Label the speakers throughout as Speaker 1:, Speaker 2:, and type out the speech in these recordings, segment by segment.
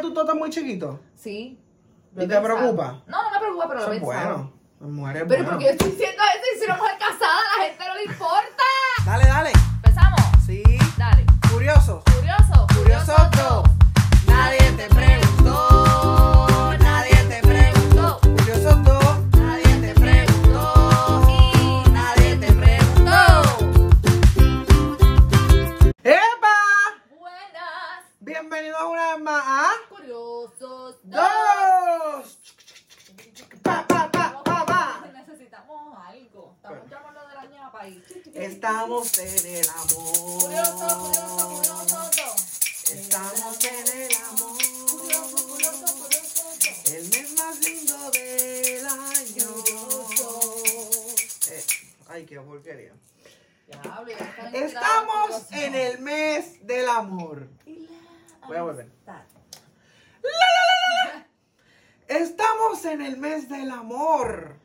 Speaker 1: tú totas muy chiquito?
Speaker 2: Sí.
Speaker 1: ¿Y te
Speaker 2: Estoy
Speaker 1: preocupa?
Speaker 2: pensando. No, no me preocupa, pero lo
Speaker 1: Eso
Speaker 2: he
Speaker 1: es
Speaker 2: pensado.
Speaker 1: bueno. Las mujeres
Speaker 2: Pero
Speaker 1: bueno.
Speaker 2: porque yo estoy diciendo eso y si una mujer casada a la gente no le importa.
Speaker 1: Dale, dale.
Speaker 2: Empezamos.
Speaker 1: Sí.
Speaker 2: Dale.
Speaker 1: Curioso.
Speaker 2: Curioso.
Speaker 1: Curioso
Speaker 2: todo.
Speaker 1: todo. Nadie te preguntó. Nadie te preguntó. Curioso todo. Nadie te preguntó.
Speaker 2: Y
Speaker 1: Nadie te preguntó. ¡Epa!
Speaker 2: Buenas.
Speaker 1: Bienvenidos una vez más a...
Speaker 2: Curiosos. Dos.
Speaker 1: ¡Dos! Pa, pa, pa, pa, pa.
Speaker 2: Necesitamos algo. Estamos llamando de la ñapa ahí.
Speaker 1: Estamos en el amor.
Speaker 2: Curioso, curioso, curioso dos.
Speaker 1: Estamos en el
Speaker 2: Curioso, curioso,
Speaker 1: amor.
Speaker 2: curioso dos.
Speaker 1: El mes más lindo del año. Eh, ay, qué porquería.
Speaker 2: Diablo, ya está
Speaker 1: Estamos
Speaker 2: inspirado,
Speaker 1: en el mes del amor.
Speaker 2: curioso.
Speaker 1: Voy a volver.
Speaker 2: Amistad.
Speaker 1: Estamos en el mes del amor.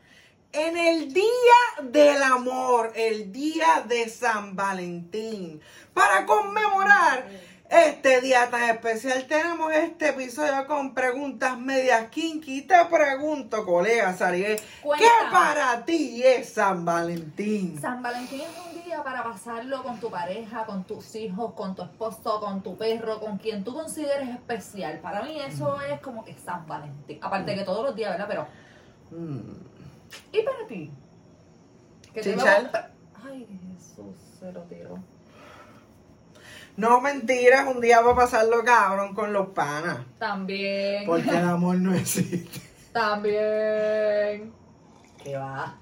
Speaker 1: En el día del amor, el día de San Valentín. Para conmemorar este día tan especial, tenemos este episodio con preguntas medias kinky. Te pregunto, colega Sariel, ¿qué
Speaker 2: Cuéntame.
Speaker 1: para ti es San Valentín?
Speaker 2: San Valentín es un día para pasarlo con tu pareja, con tus hijos, con tu esposo, con tu perro, con quien tú consideres especial. Para mí eso es como que San Valentín. Aparte de que todos los días, ¿verdad? Pero,
Speaker 1: Mm.
Speaker 2: ¿y para ti? ¿Qué te
Speaker 1: Chichar.
Speaker 2: va- Ay, Jesús, se lo tiró.
Speaker 1: No mentiras, un día va a pasarlo cabrón con los panas.
Speaker 2: También.
Speaker 1: Porque el amor no existe.
Speaker 2: También. ¿Qué va?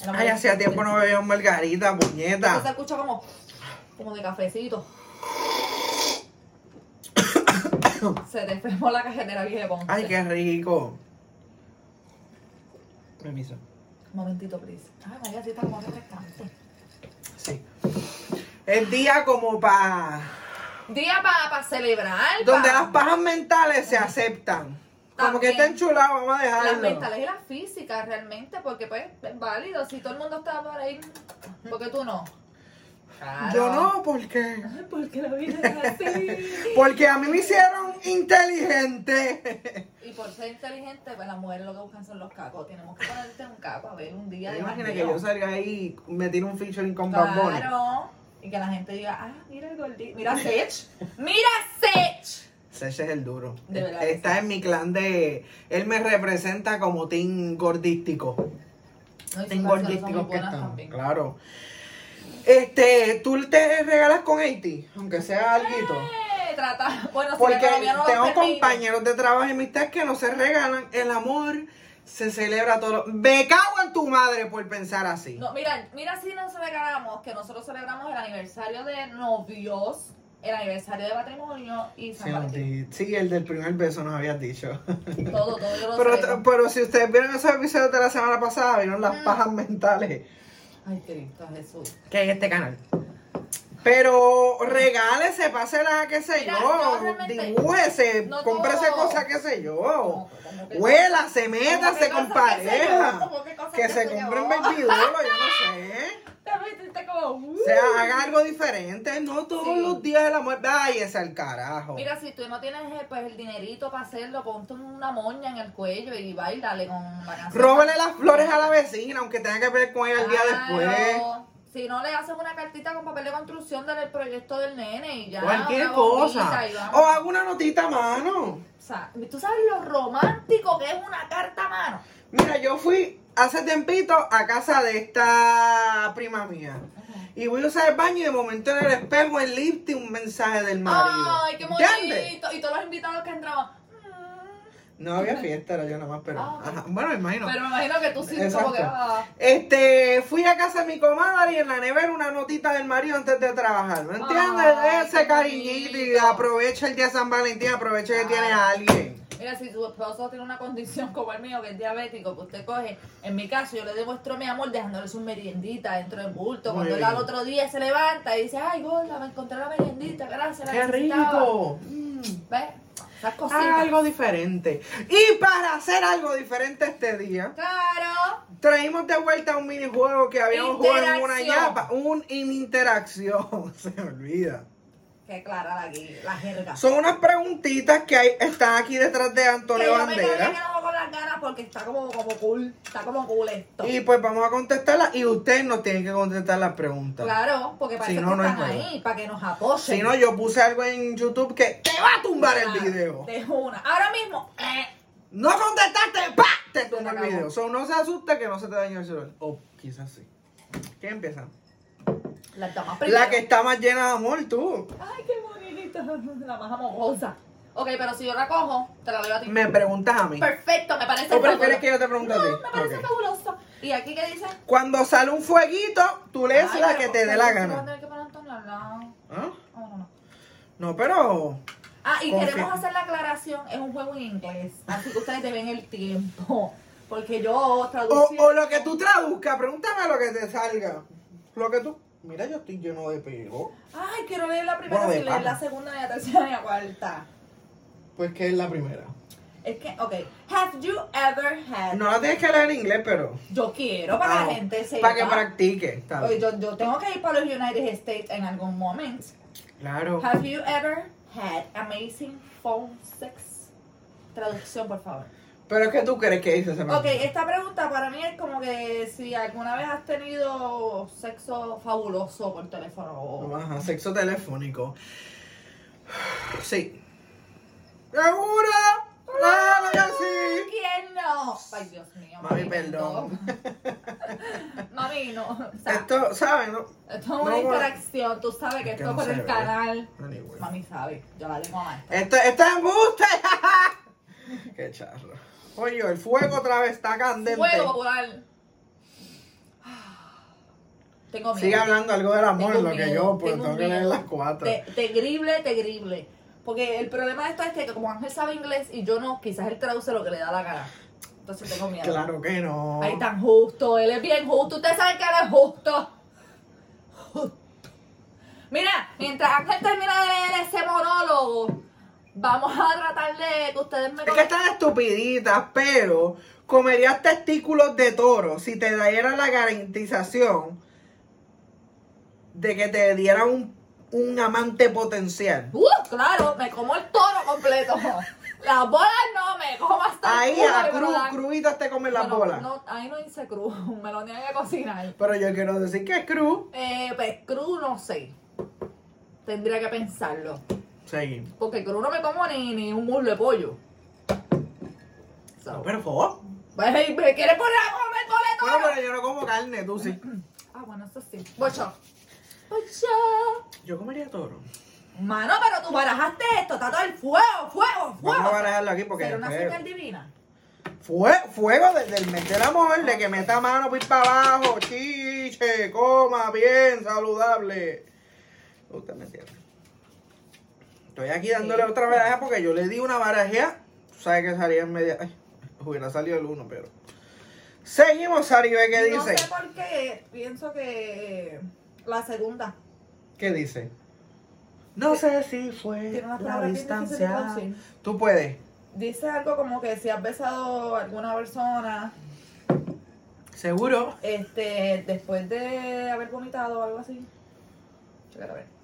Speaker 2: El amor
Speaker 1: Ay,
Speaker 2: es-
Speaker 1: hacía tiempo no bebía un margarita,
Speaker 2: Eso se
Speaker 1: puñeta.
Speaker 2: escucha como, como de cafecito. se te enfermó la cajetera vieja de Ponce.
Speaker 1: Ay, qué rico. Permiso.
Speaker 2: Momentito, please. Ay, María, sí está como refrescante.
Speaker 1: Sí. El día como para...
Speaker 2: Día para celebrar.
Speaker 1: Donde
Speaker 2: pa-
Speaker 1: las pajas mentales se aceptan. Como que
Speaker 2: También.
Speaker 1: está enchulado, vamos a
Speaker 2: las
Speaker 1: dejarlo.
Speaker 2: mentales y las físicas realmente, porque pues es válido. Si todo el mundo está por ahí, ¿por qué tú no? Claro.
Speaker 1: Yo no, porque...
Speaker 2: Ay, ¿Por qué la vida es así?
Speaker 1: Porque a mí me hicieron inteligente.
Speaker 2: y por ser inteligente, pues las mujeres lo que buscan son los cacos. Tenemos que ponerte un caco a ver un día. de
Speaker 1: Imagina que
Speaker 2: jangueo.
Speaker 1: yo salga ahí y me tiro un featuring con Bad Bunny.
Speaker 2: Claro. Y que la gente diga, ah, mira el gordito. Mira Sech. Mira Sech.
Speaker 1: Ese es el duro.
Speaker 2: De verdad que
Speaker 1: Está en mi clan de. Él me representa como team gordístico.
Speaker 2: No, y sus
Speaker 1: Team
Speaker 2: canciones son muy
Speaker 1: gordístico que
Speaker 2: buenas
Speaker 1: están.
Speaker 2: también.
Speaker 1: Claro. Este, tú te regalas con Haiti, aunque sea alguito.
Speaker 2: Eh, trata- Bueno, si
Speaker 1: Porque
Speaker 2: la economía no lo
Speaker 1: tengo
Speaker 2: permite.
Speaker 1: compañeros de trabajo y amistad que no se regalan. El amor se celebra todo. Me cago en tu madre por pensar así.
Speaker 2: No, mira, mira si nos celebramos, que nosotros celebramos el aniversario de novios, el aniversario de matrimonio y San
Speaker 1: Sí,
Speaker 2: Valentín.
Speaker 1: sí, el del primer beso nos habías dicho.
Speaker 2: Todo, todo yo lo
Speaker 1: Pero,
Speaker 2: celebro.
Speaker 1: pero si ustedes vieron esos episodios de la semana pasada, vieron las
Speaker 2: Mm.
Speaker 1: pajas mentales.
Speaker 2: Ay, Cristo Jesús.
Speaker 1: que es este canal. Pero regálese, pásela, qué sé
Speaker 2: Mira, yo
Speaker 1: yo,
Speaker 2: realmente-
Speaker 1: dibújese,
Speaker 2: no
Speaker 1: cómprese
Speaker 2: todo.
Speaker 1: cosas, qué sé yo.
Speaker 2: Como que- como que-
Speaker 1: Huélase,
Speaker 2: como que
Speaker 1: métase
Speaker 2: cosas
Speaker 1: con
Speaker 2: que se llevó,
Speaker 1: pareja.
Speaker 2: como cosas
Speaker 1: Que se compren
Speaker 2: llevó.
Speaker 1: vestidulo, yo no sé.
Speaker 2: Te metiste como, uh.
Speaker 1: O sea, haga algo diferente, no todos
Speaker 2: Sí.
Speaker 1: los días de la muerte. Váyase al carajo.
Speaker 2: Mira, si tú no tienes eh, pues, el dinerito para hacerlo, ponte una moña en el cuello y bailale con la canción.
Speaker 1: Róbele las flores a la vecina, aunque tenga que ver con ella el día
Speaker 2: Claro.
Speaker 1: después.
Speaker 2: Si no le haces una cartita con papel de construcción del proyecto del nene y ya.
Speaker 1: Cualquier
Speaker 2: una
Speaker 1: cosa.
Speaker 2: bombita y vamos.
Speaker 1: O haga una notita a mano.
Speaker 2: O sea, ¿tú sabes lo romántico que es una carta a mano?
Speaker 1: Mira, yo fui hace tiempito a casa de esta prima mía. Y voy a usar el baño y de momento en el espejo el lifting un mensaje del marido.
Speaker 2: Ay, qué
Speaker 1: ¿Entiendes?
Speaker 2: bonito. Y todos los invitados que entraban. mm.
Speaker 1: No había fiesta, era yo nomás, pero...
Speaker 2: Ah.
Speaker 1: ajá. Bueno, me imagino.
Speaker 2: Pero me imagino que tú sí, como
Speaker 1: Exacto.
Speaker 2: que. ah,
Speaker 1: Este, fui a casa de mi comadre y en la nevera una notita del marido antes de trabajar. ¿Me entiendes?
Speaker 2: Ay,
Speaker 1: Ese
Speaker 2: qué
Speaker 1: cariñito y
Speaker 2: bonito.
Speaker 1: aprovecha el día de San Valentín, aprovecha que
Speaker 2: Ay.
Speaker 1: tiene a alguien.
Speaker 2: Mira, si tu esposo tiene una condición como el mío, que es diabético, que usted coge, en mi caso, yo le demuestro mi amor dejándole su meriendita dentro del bulto.
Speaker 1: Muy
Speaker 2: Cuando él al
Speaker 1: bien.
Speaker 2: otro día se levanta y dice, ay, gorda, me encontré la meriendita, gracias, la
Speaker 1: ¡Qué
Speaker 2: necesitaba".
Speaker 1: rico! Mm.
Speaker 2: ¿Ves? Esas cositas.
Speaker 1: Haga algo diferente. Y para hacer algo diferente este día...
Speaker 2: Claro.
Speaker 1: Traímos de vuelta un minijuego que habíamos jugado en una
Speaker 2: Interacción.
Speaker 1: ñapa. Un en interacción. Se me olvida.
Speaker 2: que aclarar aquí la jerga.
Speaker 1: Son unas preguntitas que hay, están aquí detrás de
Speaker 2: que
Speaker 1: Antonio
Speaker 2: yo me
Speaker 1: Bandera.
Speaker 2: quedé quedado con las ganas porque está como, como cool, está como cool esto.
Speaker 1: Y pues vamos a contestarla y ustedes nos tienen que contestar las preguntas.
Speaker 2: Claro, porque para
Speaker 1: Si
Speaker 2: eso
Speaker 1: no,
Speaker 2: que
Speaker 1: no es
Speaker 2: están
Speaker 1: juego.
Speaker 2: ahí, para que nos apoyen.
Speaker 1: Si no, yo puse algo en YouTube que te va a tumbar el video.
Speaker 2: Es una. Ahora mismo, eh,
Speaker 1: No contestaste, ¡pa! Te tumba el
Speaker 2: acabó.
Speaker 1: video. So, no se asuste que no se te dañó el celular. O quizás sí. ¿Quién empieza?
Speaker 2: las damas
Speaker 1: La
Speaker 2: primero.
Speaker 1: que está más llena de amor, tú.
Speaker 2: Ay, qué bonita. La más amorosa. Ok, pero si yo la cojo, te la doy a ti.
Speaker 1: Me preguntas a mí.
Speaker 2: Perfecto, me parece
Speaker 1: ¿O prefieres
Speaker 2: fabuloso.
Speaker 1: que yo te pregunte a ti?
Speaker 2: No, me parece
Speaker 1: Ok.
Speaker 2: fabuloso. ¿Y aquí qué dice?
Speaker 1: Cuando sale un fueguito, tú lees
Speaker 2: Ay,
Speaker 1: la
Speaker 2: pero-
Speaker 1: que te dé
Speaker 2: pero
Speaker 1: la
Speaker 2: se va a
Speaker 1: gana.
Speaker 2: tener que poner Antonio al lado.
Speaker 1: ¿Ah?
Speaker 2: Ah, no, no.
Speaker 1: No, pero.
Speaker 2: Ah, y
Speaker 1: Confía.
Speaker 2: queremos hacer la aclaración, es un juego en inglés, así que ustedes deben el tiempo, porque yo
Speaker 1: O,
Speaker 2: traducí...
Speaker 1: o lo que tú traduzcas, pregúntame lo que te salga. Lo que tú. Mira, yo estoy lleno de pelo.
Speaker 2: Ay, quiero leer la primera,
Speaker 1: Bueno, de
Speaker 2: sin leer
Speaker 1: pana.
Speaker 2: la segunda, ni la tercera, ni la cuarta.
Speaker 1: Pues que es la primera.
Speaker 2: Es que, ok, have you ever had...
Speaker 1: No la tienes que leer en inglés, pero.
Speaker 2: Yo quiero para
Speaker 1: Ah,
Speaker 2: la gente sepa.
Speaker 1: Para que practique. está
Speaker 2: Oye,
Speaker 1: bien.
Speaker 2: yo, yo tengo que ir para los United States en algún momento.
Speaker 1: Claro.
Speaker 2: Have you ever had amazing phone sex? Traducción, por favor.
Speaker 1: Pero es que tú crees que dice esa
Speaker 2: Ok,
Speaker 1: pregunta.
Speaker 2: esta pregunta para mí es como que si alguna vez has tenido sexo fabuloso por teléfono. o-
Speaker 1: Ajá, sexo telefónico. Sí. ¿Segura? ¡Claro que sí!
Speaker 2: ¡Ah! ¿Quién no? Ay, Dios mío.
Speaker 1: Mami,
Speaker 2: mami,
Speaker 1: perdón.
Speaker 2: no. Mami, no. O sea, esto,
Speaker 1: Esto, ¿saben? No?
Speaker 2: es una
Speaker 1: no,
Speaker 2: interacción. Tú sabes que
Speaker 1: Es que
Speaker 2: esto
Speaker 1: no
Speaker 2: por
Speaker 1: se
Speaker 2: el
Speaker 1: ve.
Speaker 2: canal.
Speaker 1: Anyway.
Speaker 2: Mami sabe, yo la tengo mal.
Speaker 1: Esto, esto es embuste. Qué charro. Oye, el fuego otra vez está candente.
Speaker 2: Fuego popular. Tengo miedo.
Speaker 1: Sigue hablando algo del amor,
Speaker 2: Tengo
Speaker 1: lo que
Speaker 2: miedo,
Speaker 1: yo, pues
Speaker 2: tengo
Speaker 1: tengo, que leer
Speaker 2: miedo.
Speaker 1: las cuatro.
Speaker 2: Te- Terrible, terrible. Porque el problema de esto es que como Ángel sabe inglés y yo no, quizás él traduce lo que le da la gana. Entonces tengo miedo.
Speaker 1: Claro que no.
Speaker 2: Ay, tan justo, él es bien justo. Ustedes saben que él es justo. Justo. Mira, mientras Ángel termina de leer ese monólogo, vamos a tratar de que ustedes me
Speaker 1: Es que están estupiditas, pero comerías testículos de toro si te diera la garantización de que te diera un, un amante potencial.
Speaker 2: Uh, claro, me como el toro completo. Las bolas no, me como hasta
Speaker 1: Ahí
Speaker 2: el culo
Speaker 1: a
Speaker 2: y me lo
Speaker 1: cru,
Speaker 2: dan.
Speaker 1: cruitas te comen las
Speaker 2: Bueno,
Speaker 1: bolas.
Speaker 2: No, ahí no hice cruz, me lo tienen que cocinar.
Speaker 1: Pero yo quiero decir que es cruz.
Speaker 2: Eh, pues cruz no sé. Tendría que pensarlo.
Speaker 1: Seguimos.
Speaker 2: Porque cruz no me como ni, ni un muslo de pollo. So,
Speaker 1: No, pero por favor.
Speaker 2: pues, hey, ¿Me quieres poner a comer coletón?
Speaker 1: Bueno, pero yo no como carne, tú sí.
Speaker 2: Ah, bueno, eso sí. Bocho. Bocho.
Speaker 1: Yo comería toro.
Speaker 2: Mano, pero tú barajaste esto. Está todo el fuego, fuego, fuego.
Speaker 1: Vamos a barajarlo aquí porque.
Speaker 2: Será una
Speaker 1: después-
Speaker 2: señal divina.
Speaker 1: Fue, fuego desde el meter amor, de que meta mano pues para abajo, chiche, coma bien, saludable. Usted me entiende. Estoy aquí dándole
Speaker 2: Sí.
Speaker 1: otra baraja porque yo le di una barajea. Tú sabes que salía en media. Ay, hubiera salido el uno, pero. Seguimos, Saribe, ¿qué
Speaker 2: no
Speaker 1: dice?
Speaker 2: sé por qué pienso que eh, la segunda
Speaker 1: ¿Qué dice? No sé si fue
Speaker 2: tiene unas
Speaker 1: la
Speaker 2: palabras bien difíciles de
Speaker 1: distancia.
Speaker 2: traducir.
Speaker 1: Tú puedes.
Speaker 2: Dice algo como que si has besado a alguna persona
Speaker 1: Seguro.
Speaker 2: este, después de haber vomitado o algo así. Chécate a ver.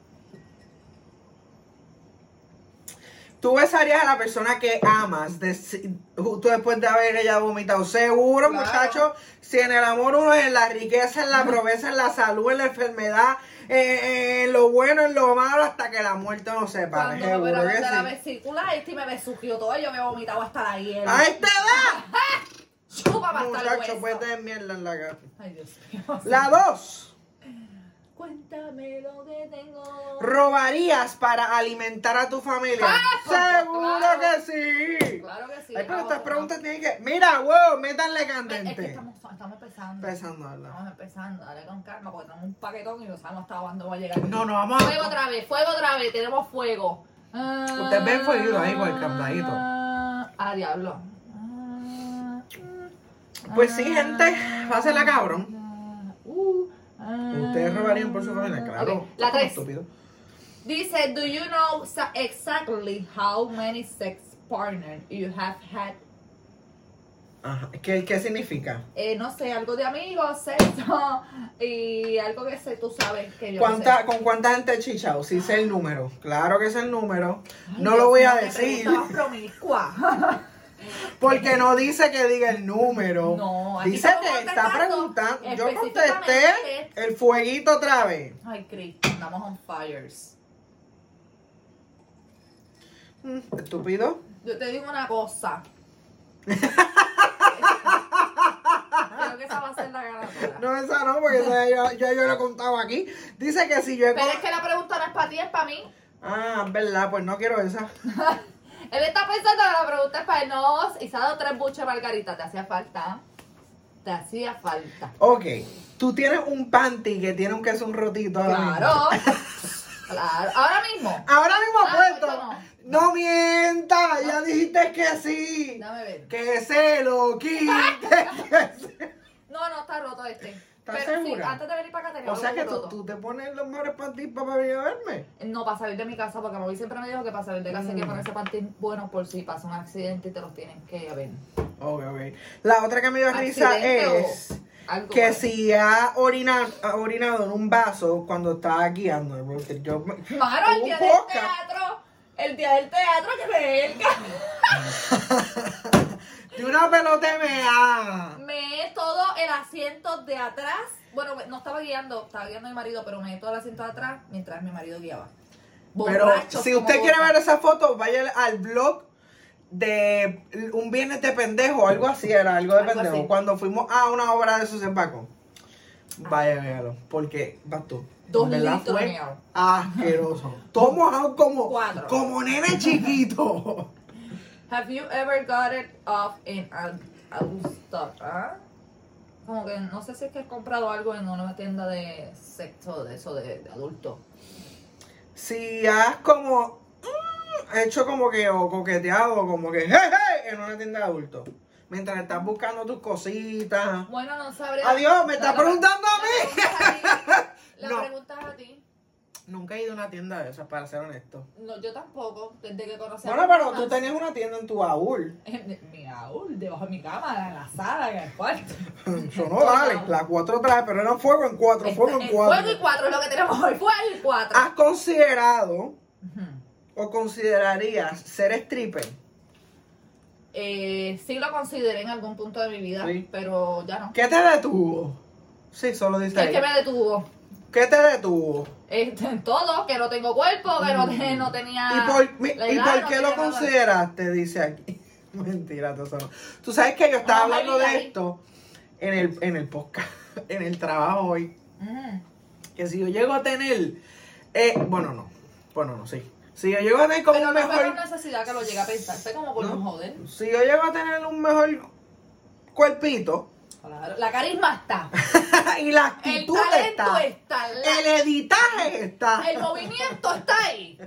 Speaker 1: Tú besarías a la persona que amas de- justo después de haber ya vomitado. Seguro,
Speaker 2: Claro.
Speaker 1: muchachos, si en el amor uno es en la riqueza, en la pobreza, en la salud, en la enfermedad, eh, en lo bueno, en lo malo, hasta que la muerte nos separe.
Speaker 2: Cuando me
Speaker 1: Seguro
Speaker 2: operaron de la
Speaker 1: que sí.
Speaker 2: vesícula, este me besugió todo, yo me he vomitado hasta la hiel.
Speaker 1: ¡A esta edad!
Speaker 2: ¡Chupa para estar
Speaker 1: Muchachos,
Speaker 2: hueso!
Speaker 1: pues de mierda en la cara.
Speaker 2: Ay, Dios mío.
Speaker 1: La dos.
Speaker 2: Cuéntame lo que tengo.
Speaker 1: ¿Robarías para alimentar a tu familia?
Speaker 2: Ah, pues,
Speaker 1: ¡Seguro
Speaker 2: claro.
Speaker 1: que sí!
Speaker 2: Claro que sí.
Speaker 1: Ay, pero
Speaker 2: la
Speaker 1: estas
Speaker 2: otra.
Speaker 1: preguntas tienen que... Mira, wow, métanle
Speaker 2: Es- Es que
Speaker 1: candente.
Speaker 2: estamos, Ah. estamos empezando.
Speaker 1: Empezando a hablar.
Speaker 2: Estamos empezando, dale con calma, porque tenemos un paquetón y no sabemos hasta cuándo va a llegar.
Speaker 1: No, no, vamos a...
Speaker 2: Fuego otra vez, fuego otra vez, tenemos fuego. Ah,
Speaker 1: Usted ve el fueguito ahí con el candadito.
Speaker 2: Ah, diablo.
Speaker 1: Pues sí, gente, pásela cabrón.
Speaker 2: Ustedes
Speaker 1: Ustedes robarían por su familia, claro.
Speaker 2: La
Speaker 1: Estúpido.
Speaker 2: 3. Dice, do you know sa- exactly how many sex partners you have had
Speaker 1: Ajá. ¿Qué, ¿Qué significa?
Speaker 2: Eh, no sé, algo de amigos, sexo y algo que sé, tú sabes que yo no
Speaker 1: ¿Cuánta-
Speaker 2: sé.
Speaker 1: ¿Con cuánta gente he chichado? Sí sé el número. Claro que sé el número.
Speaker 2: Ay,
Speaker 1: No
Speaker 2: Dios
Speaker 1: lo voy a
Speaker 2: mío, qué
Speaker 1: decir
Speaker 2: pregunta más promiscua.
Speaker 1: porque no dice que diga el número.
Speaker 2: No, aquí
Speaker 1: dice
Speaker 2: estamos
Speaker 1: que está
Speaker 2: contestando
Speaker 1: preguntando. Yo contesté
Speaker 2: específicamente.
Speaker 1: el fueguito otra vez.
Speaker 2: Ay, Cristo, andamos on fires.
Speaker 1: Mm, Estúpido.
Speaker 2: Yo te digo una cosa. Creo que esa va a ser la ganadora.
Speaker 1: No, esa no, porque esa ya, ya yo lo he contado aquí. Dice que si yo he... co-
Speaker 2: Pero es que la pregunta no es para ti, es para mí.
Speaker 1: Ah, es verdad, pues no quiero esa.
Speaker 2: Él está pensando que la pregunta es para él. No, y se ha dado tres buches margarita. Te hacía falta. Te hacía falta.
Speaker 1: Ok, tú tienes un panty que tiene un queso un rotito. ahora mismo.
Speaker 2: Claro. Claro. Ahora mismo.
Speaker 1: Ahora mismo
Speaker 2: Ah,
Speaker 1: puesto.
Speaker 2: puesto
Speaker 1: No, mienta, ya dijiste que sí.
Speaker 2: Dame ver.
Speaker 1: Que se lo
Speaker 2: Ah,
Speaker 1: quite. que se-
Speaker 2: No, no, está roto este.
Speaker 1: ¿Estás
Speaker 2: Pero sí,
Speaker 1: segura?
Speaker 2: antes de venir para acá tenía
Speaker 1: o sea
Speaker 2: algo
Speaker 1: que tú,
Speaker 2: roto.
Speaker 1: tú te pones los mejores panties para venir a verme.
Speaker 2: No, para salir de mi casa, porque mami siempre me dijo que para salir de casa hay que
Speaker 1: Mm.
Speaker 2: ponerse pantín buenos por si pasa un accidente y te los tienen que ver.
Speaker 1: Ok, ok. La otra que me dio risa
Speaker 2: Accidente
Speaker 1: es
Speaker 2: o algo
Speaker 1: que
Speaker 2: más.
Speaker 1: si ha orina- ha orinado, en un vaso cuando estaba guiando. Porque yo me-
Speaker 2: Mano, el
Speaker 1: Hubo
Speaker 2: día
Speaker 1: un
Speaker 2: del
Speaker 1: podcast.
Speaker 2: teatro, el día del teatro que me este
Speaker 1: De una pelota me
Speaker 2: Me todo el asiento de atrás. Bueno, no estaba guiando, estaba guiando a mi marido, pero me todo el asiento de atrás mientras mi marido guiaba.
Speaker 1: Pero
Speaker 2: Borrachos
Speaker 1: si
Speaker 2: como
Speaker 1: usted quiere
Speaker 2: botas.
Speaker 1: ver esa foto, vaya al blog de un viernes de pendejo, algo así era, algo de
Speaker 2: Algo
Speaker 1: pendejo.
Speaker 2: así.
Speaker 1: Cuando fuimos a una obra de Susan Paco. Vaya, véalo, porque vas tú.
Speaker 2: Dos
Speaker 1: En verdad
Speaker 2: litros
Speaker 1: fue
Speaker 2: de miedo.
Speaker 1: Asqueroso. Todo mojado como,
Speaker 2: Cuatro.
Speaker 1: como nene chiquito.
Speaker 2: Have you ever gotten off in a, a stop? ¿ah? Como que no sé si es que has comprado algo en una tienda de sexo, de eso, de, de adulto.
Speaker 1: Si has como mm, hecho como que o coqueteado, como que hey, hey, en una tienda de adultos. Mientras estás buscando tus cositas.
Speaker 2: Bueno, no sabría.
Speaker 1: Adiós, me estás
Speaker 2: La- la-
Speaker 1: preguntando a
Speaker 2: la
Speaker 1: mí.
Speaker 2: pregunta es a ti. La
Speaker 1: No.
Speaker 2: pregunta es a ti.
Speaker 1: Nunca he ido a una tienda de esas, para ser honesto.
Speaker 2: No, yo tampoco, desde que conocí a
Speaker 1: Bueno,
Speaker 2: mi
Speaker 1: pero
Speaker 2: mamá.
Speaker 1: tú tenías una tienda en tu baúl.
Speaker 2: En mi baúl, debajo de mi cama, en la sala, en el cuarto.
Speaker 1: Eso no vale. Las cuatro trajes, pero eran fuego en cuatro, fuego en
Speaker 2: Eh,
Speaker 1: cuatro. Ah.
Speaker 2: Fuego y cuatro es lo que tenemos hoy. Fuego y cuatro.
Speaker 1: ¿Has considerado
Speaker 2: Ujú.
Speaker 1: o considerarías ser stripper?
Speaker 2: Eh, sí lo consideré en algún punto de mi vida,
Speaker 1: Sí.
Speaker 2: pero ya no.
Speaker 1: ¿Qué te detuvo? Sí, solo dice
Speaker 2: Es
Speaker 1: ahí.
Speaker 2: que me detuvo.
Speaker 1: ¿Qué te detuvo?
Speaker 2: Este, en todo, que no tengo cuerpo, que no, te- no tenía.
Speaker 1: Mm. ¿Y por, mi-
Speaker 2: Ah, la
Speaker 1: ¿y
Speaker 2: edad,
Speaker 1: por
Speaker 2: no
Speaker 1: qué
Speaker 2: tenía
Speaker 1: lo
Speaker 2: nada.
Speaker 1: consideraste? Dice aquí. Mentira, tú solo. Tú sabes que yo estaba
Speaker 2: Ah,
Speaker 1: hablando
Speaker 2: dale,
Speaker 1: de
Speaker 2: dale.
Speaker 1: esto en el, en el podcast, en el trabajo hoy.
Speaker 2: Ujú.
Speaker 1: que si yo llego a tener, eh, bueno, no, bueno, no, sí. Si yo llego a tener como
Speaker 2: Pero
Speaker 1: un
Speaker 2: no fue
Speaker 1: mejor,
Speaker 2: una necesidad que lo llegué a pensar. Fue como por
Speaker 1: No.
Speaker 2: un joder.
Speaker 1: si yo llego a tener un mejor cuerpito
Speaker 2: Claro. La carisma está.
Speaker 1: y la
Speaker 2: El
Speaker 1: actitud
Speaker 2: talento
Speaker 1: está,
Speaker 2: está. la-
Speaker 1: el editaje está,
Speaker 2: el movimiento está ahí.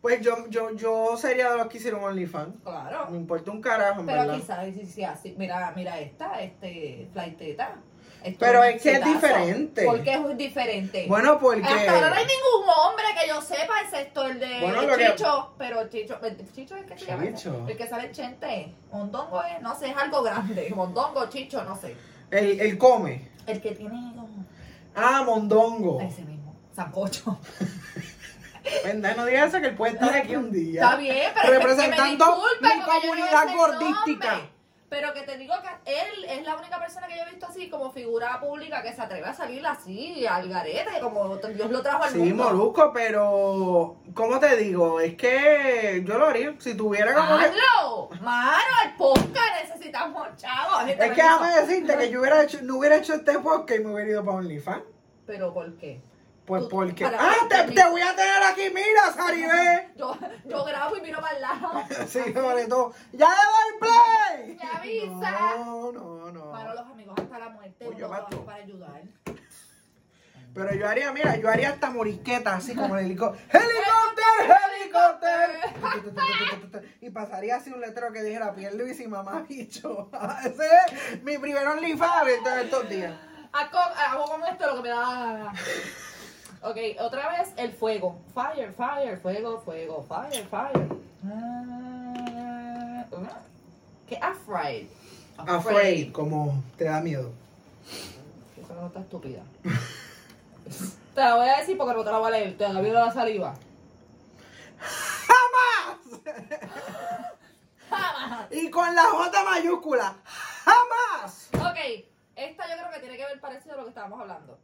Speaker 1: pues yo, yo, yo sería de los que hicieron OnlyFans.
Speaker 2: Claro.
Speaker 1: Me importa un carajo, en
Speaker 2: Pero
Speaker 1: Mm, verdad.
Speaker 2: quizás sí, sí, así. Mira, mira esta, este, flaiteta. Esto
Speaker 1: Pero
Speaker 2: un
Speaker 1: es que es
Speaker 2: exitazo.
Speaker 1: diferente.
Speaker 2: ¿Por qué es diferente?
Speaker 1: Bueno,
Speaker 2: Hasta ahora no hay
Speaker 1: porque
Speaker 2: ningún hombre que yo sepa, excepto el de
Speaker 1: Bueno,
Speaker 2: el
Speaker 1: lo que-
Speaker 2: Chicho, pero el Chicho, el Chicho es el que se llama,
Speaker 1: Chicho.
Speaker 2: el que sale en Chente, Mondongo es, no sé, es algo grande, Mondongo, Chicho, no sé,
Speaker 1: el, el come.
Speaker 2: el que tiene como-
Speaker 1: Ah, mondongo.
Speaker 2: ese mismo, Sancocho.
Speaker 1: Verdad, Pues, No digas eso que él puede estar aquí un día.
Speaker 2: Está bien, pero es que-
Speaker 1: Representando
Speaker 2: que me disculpen
Speaker 1: mi
Speaker 2: porque yo no
Speaker 1: comunidad
Speaker 2: sé el nombre.
Speaker 1: gordística.
Speaker 2: Pero que te digo que él es la única persona que yo he visto así como figura pública que se atreve a salir así al garete, como Dios lo trajo al
Speaker 1: Sí,
Speaker 2: mundo.
Speaker 1: Molusco, pero ¿cómo te digo? Es que yo lo haría. Si tuviera
Speaker 2: Ah,
Speaker 1: como que.
Speaker 2: ¡Hazlo! ¡Mano, el podcast necesitamos chavos!
Speaker 1: Es que déjame decirte que yo hubiera hecho, no hubiera hecho este podcast y me hubiera ido para OnlyFans.
Speaker 2: ¿Pero por qué?
Speaker 1: Pues
Speaker 2: Tú-
Speaker 1: porque.
Speaker 2: para-
Speaker 1: ¡Ah!
Speaker 2: para-
Speaker 1: Te, te voy a tener aquí, mira, Saribé.
Speaker 2: Yo, yo grabo y miro para el lado.
Speaker 1: Sí, sobre todo. ¡Ya le doy play!
Speaker 2: Me avisa.
Speaker 1: No, no, no.
Speaker 2: Para los amigos hasta la muerte,
Speaker 1: Uy,
Speaker 2: uno
Speaker 1: yo
Speaker 2: trabaja
Speaker 1: mato.
Speaker 2: para ayudar.
Speaker 1: Pero yo haría, mira, yo haría hasta morisqueta así como el helicóptero. ¡Helicóptero! ¡Helicóptero! Y pasaría así un letrero que dijera Piel Luis y mamá bicho. Ese es mi primer OnlyFans abierto en estos días.
Speaker 2: Hago, Ah, hago con esto lo que me da la gana. Ok, otra vez el fuego. Fire, fire, fuego, fuego, fire, fire. Ah, ah. ¿Qué? Afraid.
Speaker 1: Afraid, como te da miedo.
Speaker 2: Esa no está estúpida. te la voy a decir porque no te la voy a leer. Te la vio la saliva. ¡Jamás!
Speaker 1: Y con la J mayúscula. ¡Jamás!
Speaker 2: ¡Jamás! Ok, esta yo creo que tiene que ver parecido a lo que estábamos hablando.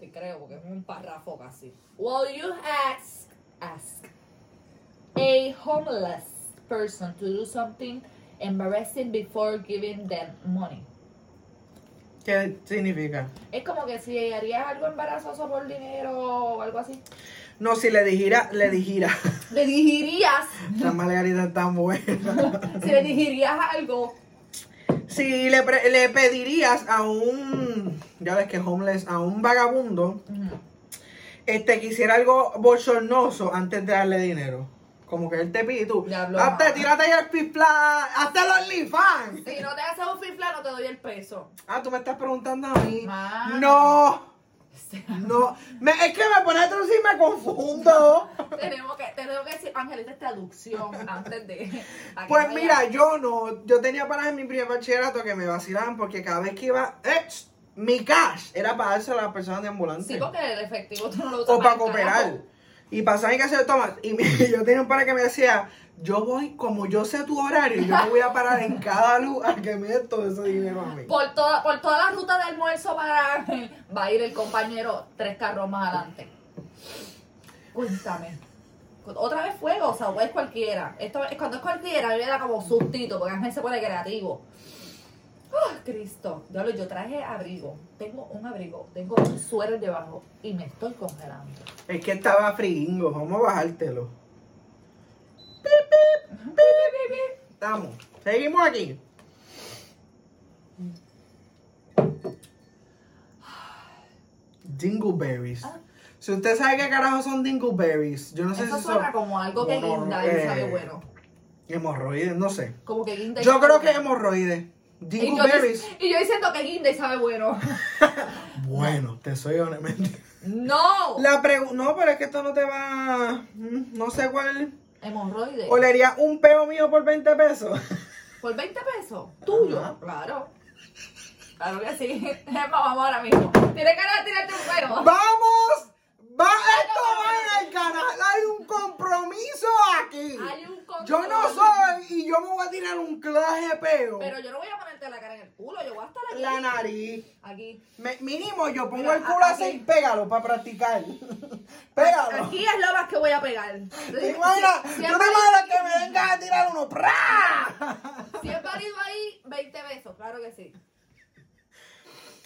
Speaker 2: Te creo, porque es un párrafo casi. Will you ask, ask a homeless person to do something embarrassing before giving them money?
Speaker 1: ¿Qué significa?
Speaker 2: Es como que si harías algo embarazoso por dinero o algo así.
Speaker 1: No, si le dijera, le dijera.
Speaker 2: Le dirías,
Speaker 1: La margarita es tan buena.
Speaker 2: si le dirías algo,
Speaker 1: Si le, pre- le pedirías a un, ya ves que homeless, a un vagabundo, este, que hiciera algo bochornoso antes de darle dinero. Como que él te pide y tú,
Speaker 2: Diablo,
Speaker 1: hazte,
Speaker 2: mamá.
Speaker 1: tírate ahí el pispla, hazte los OnlyFans.
Speaker 2: si no te haces un fifla, no te doy el peso.
Speaker 1: Ah, tú me estás preguntando a mí.
Speaker 2: Mano.
Speaker 1: No, no, me- es que me pones tú y me confundo.
Speaker 2: tenemos que, tenemos que decir, Ángel, esta es traducción antes de.
Speaker 1: Pues mira, yo no, yo tenía panas en mi primer bachillerato que me vacilaban porque cada vez que iba, ¡ech! mi cash era para dárselo a las personas de ambulancia.
Speaker 2: Sí, porque el efectivo tú no lo usas.
Speaker 1: o para
Speaker 2: el carajo.
Speaker 1: cooperar. Y pasaban y que hacer tomas. Y me- yo tenía un par que me decía, yo voy, como yo sé tu horario, yo me voy a parar en cada luz a que me dé todo ese dinero a mí.
Speaker 2: Por toda, por toda la ruta de almuerzo para Ángel, va a ir el compañero tres carros más adelante. Cuéntame. Otra vez fuego, o sea, o es cualquiera. Esto es cuando es cualquiera, a mí me da como sustito, porque Ángel se pone creativo. ¡Ah, Cristo! Diablo, yo traje abrigo. Tengo un abrigo, tengo un suero debajo y me estoy congelando.
Speaker 1: Es que estaba fringo, vamos a bajártelo. Estamos, seguimos aquí. Dingleberries.
Speaker 2: Ah.
Speaker 1: Si usted sabe qué carajo son dingleberries, yo no sé
Speaker 2: Eso
Speaker 1: si
Speaker 2: suena
Speaker 1: son
Speaker 2: como algo que
Speaker 1: Bueno,
Speaker 2: guinda y sabe
Speaker 1: eh,
Speaker 2: bueno.
Speaker 1: hemorroides, no sé.
Speaker 2: Como que guinda y
Speaker 1: Yo
Speaker 2: sabe
Speaker 1: creo que
Speaker 2: bueno.
Speaker 1: hemorroides.
Speaker 2: y yo,
Speaker 1: Dingleberries.
Speaker 2: dic- y yo diciendo que guinda y sabe bueno.
Speaker 1: Bueno, te soy honesto.
Speaker 2: ¡No!
Speaker 1: La pregu- no, pero es que esto no te va. mm, No sé cuál.
Speaker 2: Hemorroides.
Speaker 1: ¿Olería un peo mío por 20 pesos?
Speaker 2: ¿Por 20 pesos? ¿Tuyo?
Speaker 1: Ajá.
Speaker 2: Claro. Claro que sí. Gemma, vamos ahora mismo. Tienes ganas de tirarte un cuero.
Speaker 1: ¡Vamos! ¡Va! ¡Esto va en el canal! ¡Hay un compromiso aquí!
Speaker 2: Hay un control.
Speaker 1: Yo no soy y yo me voy a tirar un claje peo.
Speaker 2: Pero yo no voy a ponerte la cara en el culo. Yo voy a estar aquí.
Speaker 1: La nariz.
Speaker 2: Aquí.
Speaker 1: Me- mínimo, yo pongo
Speaker 2: Mira,
Speaker 1: el culo así
Speaker 2: aquí.
Speaker 1: y pégalo para practicar. pégalo.
Speaker 2: Aquí es lo más que voy a pegar.
Speaker 1: ¿Te imaginas? ¿Tú te
Speaker 2: Siempre-
Speaker 1: imaginas que me vengas a tirar uno? ¡Pra!
Speaker 2: Si es válido ahí, 20 pesos, claro que sí.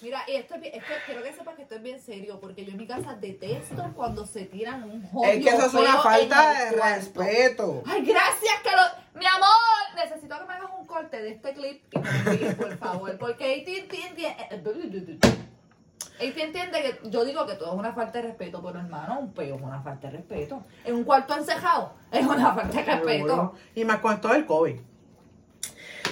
Speaker 2: Mira, y esto, es bien- esto quiero que sepas que esto es bien serio, porque yo en mi casa detesto cuando se tiran un jodido
Speaker 1: Es que eso es una
Speaker 2: feo
Speaker 1: falta
Speaker 2: en el
Speaker 1: de
Speaker 2: cuarto.
Speaker 1: respeto.
Speaker 2: Ay, gracias que lo... Mi amor, necesito que me hagas un corte de este clip y me lo envíes, por favor, porque eh, AT&T entiende... AT&T entiende que yo digo que todo es una falta de respeto, pero hermano, un peo es una falta de respeto. En un cuarto encejado es una falta de respeto.
Speaker 1: Seguro. Y más con todo el COVID.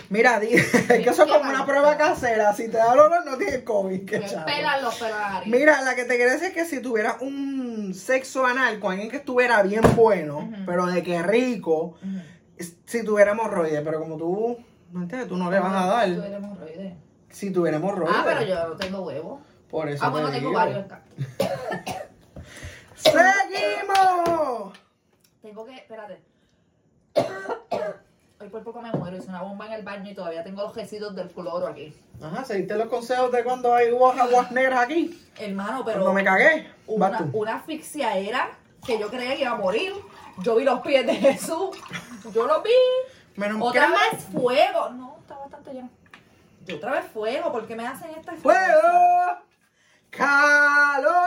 Speaker 1: Mira, di- es que eso es como una prueba casera. Si te da el olor, no tienes COVID. qué
Speaker 2: Me
Speaker 1: chavo.
Speaker 2: pelan los pelagarios.
Speaker 1: Mira, la que te quería decir es que si tuvieras un sexo anal con alguien que estuviera bien bueno,
Speaker 2: Ujú.
Speaker 1: pero de que rico,
Speaker 2: Ujú.
Speaker 1: es- si tuviéramos hemorroides, pero como tú, no entiendes, tú no le vas a
Speaker 2: Tú
Speaker 1: dar.
Speaker 2: eres hemorroide.
Speaker 1: Si tuviéramos hemorroides.
Speaker 2: Ah, pero yo no tengo huevo.
Speaker 1: Por eso
Speaker 2: Ah, bueno,
Speaker 1: te
Speaker 2: tengo
Speaker 1: digo.
Speaker 2: varios acá.
Speaker 1: ¡Seguimos!
Speaker 2: Tengo que, espérate. Hoy por poco me muero, hice una bomba en el baño y todavía tengo los residuos del cloro aquí.
Speaker 1: Ajá, seguiste los consejos de cuando hay hubo aguas negras aquí.
Speaker 2: Hermano,
Speaker 1: Pero
Speaker 2: pero
Speaker 1: no me cagué. Vas
Speaker 2: una,
Speaker 1: tú.
Speaker 2: una asfixia era que yo creía que iba a morir. Yo vi los pies de Jesús. Yo los vi.
Speaker 1: Menos que
Speaker 2: Otra vez fuego. No, está bastante lleno. Yo otra vez fuego, ¿por qué me hacen estas cosas?
Speaker 1: ¡Fuego! ¡Calor!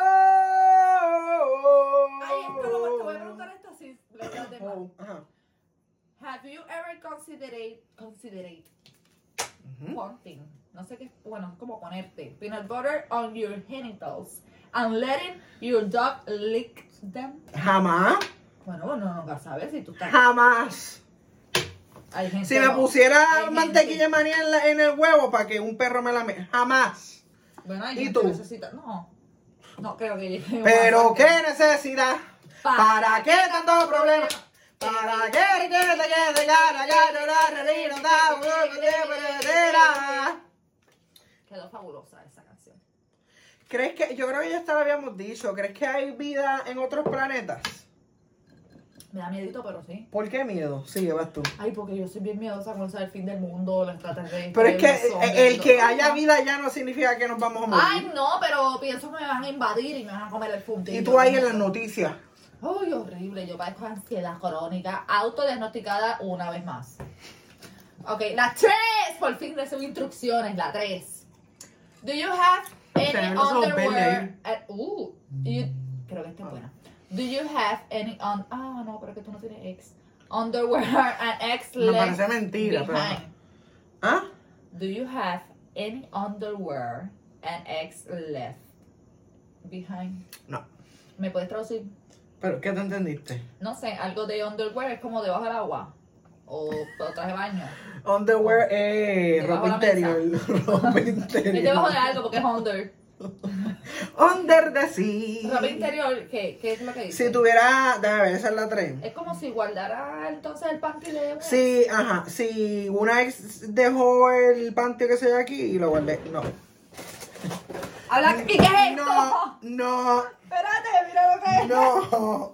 Speaker 2: Ay, esto lo te voy a preguntar esto si le queda de mal.
Speaker 1: Oh, ajá.
Speaker 2: Have you ever considered considerate
Speaker 1: Ujú.
Speaker 2: wanting? No sé qué, bueno, es como ponerte peanut butter on your genitals and letting your dog lick them.
Speaker 1: Jamás,
Speaker 2: Bueno, uno nunca sabe si tú estás.
Speaker 1: jamás.
Speaker 2: Hay gente
Speaker 1: Si me
Speaker 2: no. Hay
Speaker 1: pusiera
Speaker 2: gente-
Speaker 1: mantequilla de maní en, la- en el huevo para que un perro me la me... Jamás.
Speaker 2: Bueno, hay
Speaker 1: ¿Y
Speaker 2: gente
Speaker 1: tú?
Speaker 2: que necesita. No, no creo que llegue.
Speaker 1: Pero
Speaker 2: más.
Speaker 1: qué necesidad. ¿Para qué tanto problema? ¿Para qué?
Speaker 2: Quedó fabulosa esa canción.
Speaker 1: ¿Crees que, yo creo que ya hasta lo habíamos dicho, ¿crees que hay vida en otros planetas?
Speaker 2: Me da miedito, pero sí.
Speaker 1: ¿Por qué miedo? Sí, vas tú.
Speaker 2: Ay, porque yo soy bien miedosa con eso del fin del mundo, los extraterrestres.
Speaker 1: Pero es
Speaker 2: los
Speaker 1: que eh,
Speaker 2: zombies,
Speaker 1: el, el que
Speaker 2: todo.
Speaker 1: haya vida ya no significa que nos vamos a morir.
Speaker 2: Ay, no, pero pienso que me van a invadir y me van a comer el fundillo.
Speaker 1: Y tú ahí en las noticias.
Speaker 2: Ay, horrible, yo padezco ansiedad crónica, autodiagnosticada una vez más. Ok, la 3, por fin recibí instrucciones, la 3. Do you have any
Speaker 1: Tener los ojos verdes
Speaker 2: underwear? at- uh, you- creo que esta es buena. Do you have any on... Ah, no, pero que tú no tienes ex. Underwear and ex
Speaker 1: Me
Speaker 2: left
Speaker 1: parece mentira, pero-
Speaker 2: behind.
Speaker 1: ¿Ah?
Speaker 2: Do you have any underwear and ex left behind?
Speaker 1: No.
Speaker 2: ¿Me puedes traducir?
Speaker 1: ¿Pero qué te entendiste?
Speaker 2: no sé, algo de underwear es como debajo del agua. O, o traje de baño.
Speaker 1: Underwear eh,
Speaker 2: Debajo
Speaker 1: ropa
Speaker 2: de la
Speaker 1: interior. ropa
Speaker 2: Es debajo de
Speaker 1: interior.
Speaker 2: algo porque es under.
Speaker 1: Under the
Speaker 2: Ropa
Speaker 1: sea.
Speaker 2: interior, ¿qué, qué es lo que dice?
Speaker 1: Si tuviera, déjame ver, esa es la 3.
Speaker 2: Es como si guardara entonces el panty de una.
Speaker 1: Sí, ajá. Si una ex dejó el panty que se ve aquí y lo guardé. No.
Speaker 2: Habla, ¿y qué es esto?
Speaker 1: No, no,
Speaker 2: Espérate, mira lo que es.
Speaker 1: no.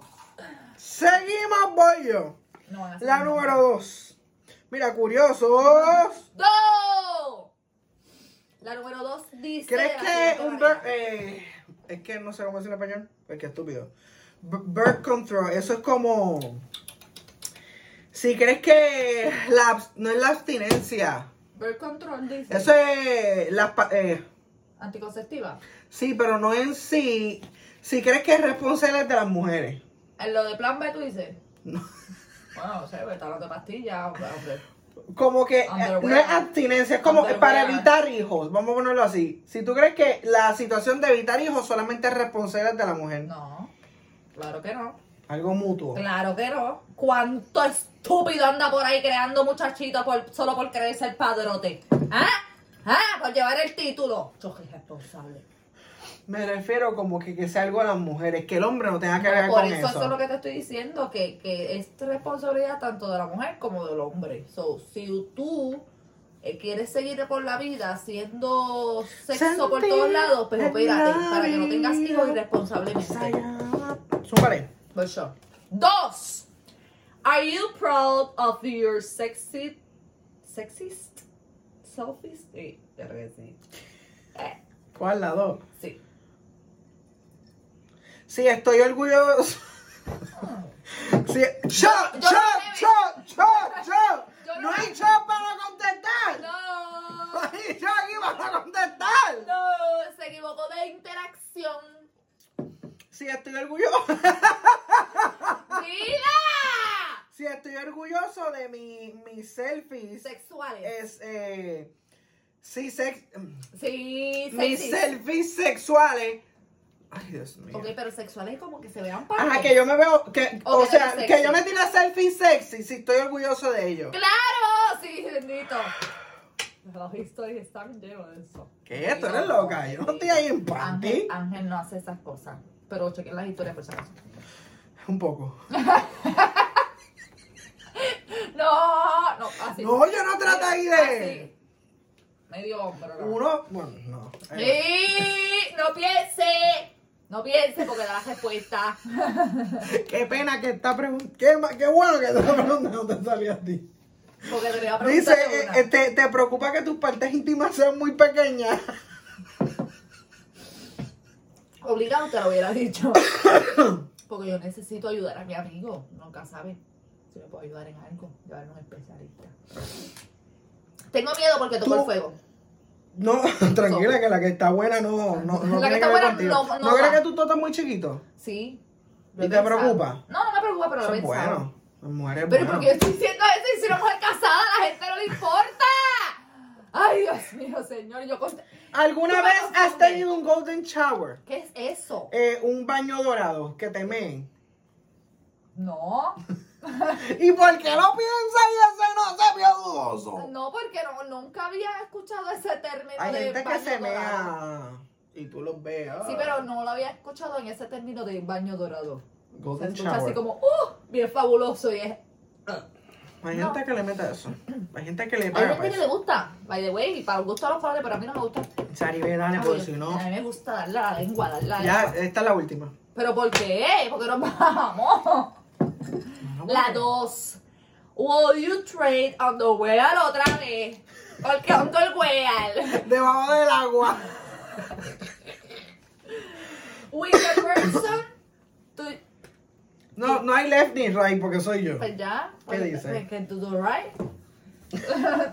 Speaker 1: Seguimos, bollo.
Speaker 2: No van a hacer
Speaker 1: La
Speaker 2: nada.
Speaker 1: número 2. Mira, curiosos.
Speaker 2: ¡Dos! La número dos dice...
Speaker 1: ¿Crees
Speaker 2: la
Speaker 1: que
Speaker 2: siguiente
Speaker 1: un birth...
Speaker 2: manera.
Speaker 1: eh, es que no sé cómo decirlo en español. Es que estúpido. B- Birth control. Eso es como... Si crees que la, abs- no es la abstinencia.
Speaker 2: Birth control dice...
Speaker 1: Eso es... Las, pa- eh,
Speaker 2: Anticonceptiva.
Speaker 1: Sí, pero no en sí. Si crees que es responsable de las mujeres.
Speaker 2: En lo de plan B tú dices...
Speaker 1: No.
Speaker 2: Bueno, no sé, pues, está hablando de pastillas, hombre.
Speaker 1: Como que eh,
Speaker 2: Underwear.
Speaker 1: no es abstinencia, es como
Speaker 2: Underwear.
Speaker 1: para evitar hijos. Vamos a ponerlo así. Si tú crees que la situación de evitar hijos solamente es responsable de la mujer.
Speaker 2: No, claro que no.
Speaker 1: Algo mutuo.
Speaker 2: Claro que no. ¿Cuánto estúpido anda por ahí creando muchachitos por, solo por querer ser padrote? ¿Ah? ¿Ah? Por llevar el título. Yo soy responsable.
Speaker 1: Me refiero como que, que sea algo a las mujeres, que el hombre no tenga que ver
Speaker 2: Por
Speaker 1: con
Speaker 2: eso,
Speaker 1: eso.
Speaker 2: eso es lo que te estoy diciendo, que, que es responsabilidad tanto de la mujer como del hombre. So, si tú eh, quieres seguir por la vida haciendo sexo por
Speaker 1: Sentir
Speaker 2: todos lados, pues
Speaker 1: en
Speaker 2: opérate
Speaker 1: la
Speaker 2: para que no tengas
Speaker 1: vida.
Speaker 2: hijos irresponsablemente.
Speaker 1: Súmale.
Speaker 2: For sure. Dos. Are you proud of your sexy, sexist selfies? Sí, yo creo que sí. Eh,
Speaker 1: ¿Cuál la dos?
Speaker 2: sí.
Speaker 1: Sí, estoy orgulloso. Sí. ¡Chop, chop,
Speaker 2: Yo- yo sé.
Speaker 1: chop, chop,
Speaker 2: Yo
Speaker 1: chop!
Speaker 2: no
Speaker 1: ¡No hay
Speaker 2: sé.
Speaker 1: chop para contestar!
Speaker 2: No,
Speaker 1: ¡Ay, yo aquí vas a contestar!
Speaker 2: no, se equivocó de interacción.
Speaker 1: Si estoy orgulloso,
Speaker 2: ¡Mira!
Speaker 1: si estoy orgulloso de mi, mis selfies,
Speaker 2: Sexuales.
Speaker 1: es eh, sí, sex,
Speaker 2: Sí,
Speaker 1: mis
Speaker 2: Mm. sexy.
Speaker 1: selfies sexuales. Ay, Dios mío.
Speaker 2: Ok, pero sexuales como que se vean para.
Speaker 1: Ajá, que yo me veo, que,
Speaker 2: O
Speaker 1: o
Speaker 2: que te
Speaker 1: sea,
Speaker 2: ves
Speaker 1: que
Speaker 2: sexy.
Speaker 1: yo me tire selfie sexy, si estoy orgulloso de ello.
Speaker 2: ¡Claro! Sí, bendito. Las historias están llenas de eso.
Speaker 1: ¿Qué? ¿Tú
Speaker 2: Sí,
Speaker 1: eres
Speaker 2: no,
Speaker 1: loca? Yo no
Speaker 2: sí.
Speaker 1: estoy ahí en
Speaker 2: Ángel,
Speaker 1: panty.
Speaker 2: Ángel no hace esas cosas. Pero chequen las historias por si acaso.
Speaker 1: Un poco.
Speaker 2: No, no, así.
Speaker 1: No, yo no trato ahí de...
Speaker 2: Así. Medio hombro. ¿no?
Speaker 1: Uno, bueno, no. Eh,
Speaker 2: Sí, no piense. No piense porque da la respuesta.
Speaker 1: Eh, Qué pena que está preguntando. Qué, ma- qué bueno que esta pregunta no te salió a ti.
Speaker 2: Porque te voy a
Speaker 1: Dice,
Speaker 2: preguntar.
Speaker 1: eh,
Speaker 2: una.
Speaker 1: eh, te, te preocupa que tus partes íntimas sean muy pequeñas.
Speaker 2: Obligado te lo hubiera dicho. Porque yo necesito ayudar a mi amigo. Nunca sabe si me puedo ayudar en algo. Llevar a un especialista. Tengo miedo porque tocó
Speaker 1: Tú-
Speaker 2: el fuego.
Speaker 1: No, tranquila, que la que está buena no, no, no
Speaker 2: La
Speaker 1: tiene
Speaker 2: que está
Speaker 1: ver
Speaker 2: buena
Speaker 1: contigo.
Speaker 2: no- no
Speaker 1: ¿No crees
Speaker 2: va.
Speaker 1: que tú totas muy chiquito?
Speaker 2: Sí.
Speaker 1: ¿Y te
Speaker 2: Lo he pensado.
Speaker 1: preocupa?
Speaker 2: No, no me preocupa, pero
Speaker 1: Eso
Speaker 2: lo he
Speaker 1: es
Speaker 2: pensado.
Speaker 1: bueno. Las mujeres
Speaker 2: Pero
Speaker 1: bueno.
Speaker 2: porque yo estoy diciendo eso y si una mujer casada a la gente no le importa. Ay, Dios mío, señor, yo conté.
Speaker 1: ¿Alguna
Speaker 2: Tú me
Speaker 1: vez has
Speaker 2: confundes.
Speaker 1: tenido un golden shower?
Speaker 2: ¿Qué es eso?
Speaker 1: Eh, un baño dorado que te meen.
Speaker 2: No,
Speaker 1: ¿Y por qué lo piensa y ese no se vio dudoso?
Speaker 2: no, porque no, nunca había escuchado ese término
Speaker 1: Hay
Speaker 2: de
Speaker 1: gente que
Speaker 2: baño
Speaker 1: se
Speaker 2: dorado.
Speaker 1: mea y tú los veas.
Speaker 2: Sí, pero no lo había escuchado en ese término de baño dorado. Se
Speaker 1: Golden
Speaker 2: escucha así
Speaker 1: shower.
Speaker 2: como, ¡uh! Bien fabuloso y es.
Speaker 1: Hay
Speaker 2: No.
Speaker 1: gente que le mete eso. Hay gente que le
Speaker 2: Hay
Speaker 1: paga.
Speaker 2: gente que le gusta, by the way, para el gusto de los colores, pero a mí no me gusta.
Speaker 1: Saribé, dale, por pues si no.
Speaker 2: A mí me gusta darle a la lengua, darle a la
Speaker 1: Ya,
Speaker 2: lengua.
Speaker 1: esta es la última.
Speaker 2: ¿Pero por qué? Porque nos bajamos. La dos. Will you trade on the whale otra vez? Porque on the whale.
Speaker 1: Debajo del agua.
Speaker 2: With the person to...
Speaker 1: No, no hay left ni right porque soy yo.
Speaker 2: Pues ya.
Speaker 1: ¿Qué dice?
Speaker 2: Pues Que tú do right.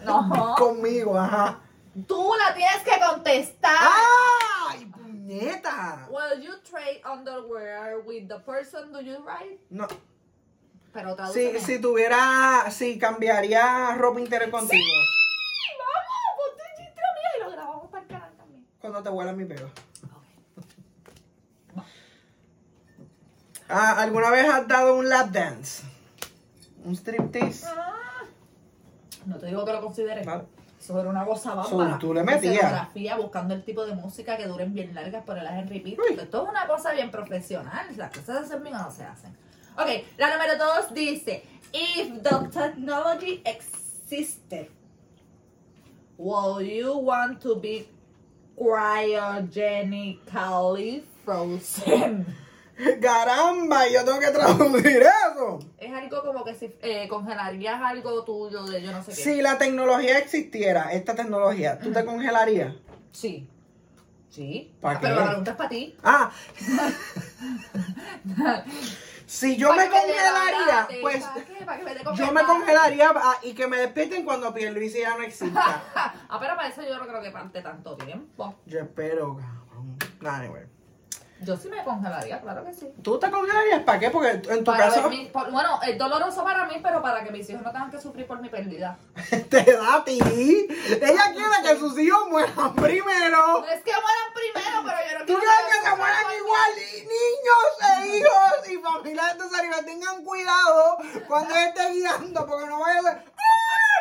Speaker 2: no.
Speaker 1: Conmigo, ajá.
Speaker 2: Tú la tienes que contestar.
Speaker 1: Ah.
Speaker 2: Ah.
Speaker 1: ¡Ay, puñeta!
Speaker 2: Will you trade underwear with the person do you right?
Speaker 1: No,
Speaker 2: Pero
Speaker 1: si,
Speaker 2: tradúceme.
Speaker 1: si tuviera, si cambiaría ropa interior contigo.
Speaker 2: ¡Sí! ¡Vamos! Ponte el chistro mío y lo grabamos para el canal también.
Speaker 1: Cuando te huela mi pelo.
Speaker 2: Ok.
Speaker 1: Ah, ¿Alguna vez has dado un lap dance? ¿Un striptease?
Speaker 2: Ah. No te digo que lo consideres.
Speaker 1: Vale.
Speaker 2: Eso era una cosa
Speaker 1: So,
Speaker 2: bárbara.
Speaker 1: tú le
Speaker 2: Una
Speaker 1: metías.
Speaker 2: escenografía, buscando el tipo de música que duren bien largas, pero las en repeat.
Speaker 1: Uy.
Speaker 2: Esto es una cosa bien profesional. Las cosas se hacen bien o no se hacen. Ok, la número dos dice: If the technology existed, would you want to be cryogenically frozen?
Speaker 1: ¡Caramba! Yo tengo que traducir eso.
Speaker 2: Es algo como que si eh, congelarías algo tuyo de yo no sé qué.
Speaker 1: Si la tecnología existiera, esta tecnología, ¿tú te congelarías?
Speaker 2: Sí. Sí.
Speaker 1: ¿Para
Speaker 2: Pero
Speaker 1: qué?
Speaker 2: la pregunta es para ti.
Speaker 1: Ah. si yo me
Speaker 2: Pa' que
Speaker 1: congelaría,
Speaker 2: levantes,
Speaker 1: pues
Speaker 2: ¿pa' qué? Pa' que te
Speaker 1: yo me
Speaker 2: congelaras.
Speaker 1: congelaría ah, y que me despierten cuando Pierluisi ya no exista.
Speaker 2: ah, pero para eso yo no creo que parte tanto tiempo.
Speaker 1: Yo espero, cabrón. Nah, Anyway.
Speaker 2: Yo sí me congelaría, claro que sí.
Speaker 1: ¿Tú te congelarías para qué? Porque en tu
Speaker 2: Para
Speaker 1: caso
Speaker 2: ver mi- por- bueno, es doloroso para mí, pero para que mis hijos no tengan que sufrir por mi pérdida.
Speaker 1: te da a ti. Ella quiere que sus hijos mueran
Speaker 2: No
Speaker 1: primero.
Speaker 2: es que mueran primero, pero yo no
Speaker 1: ¿Tú
Speaker 2: quiero
Speaker 1: quieres que
Speaker 2: ellos
Speaker 1: se mueran
Speaker 2: sufran.
Speaker 1: igual? Y niños e hijos y familias de estos animales tengan cuidado cuando esté guiando porque no vaya a ser... ¡Ah!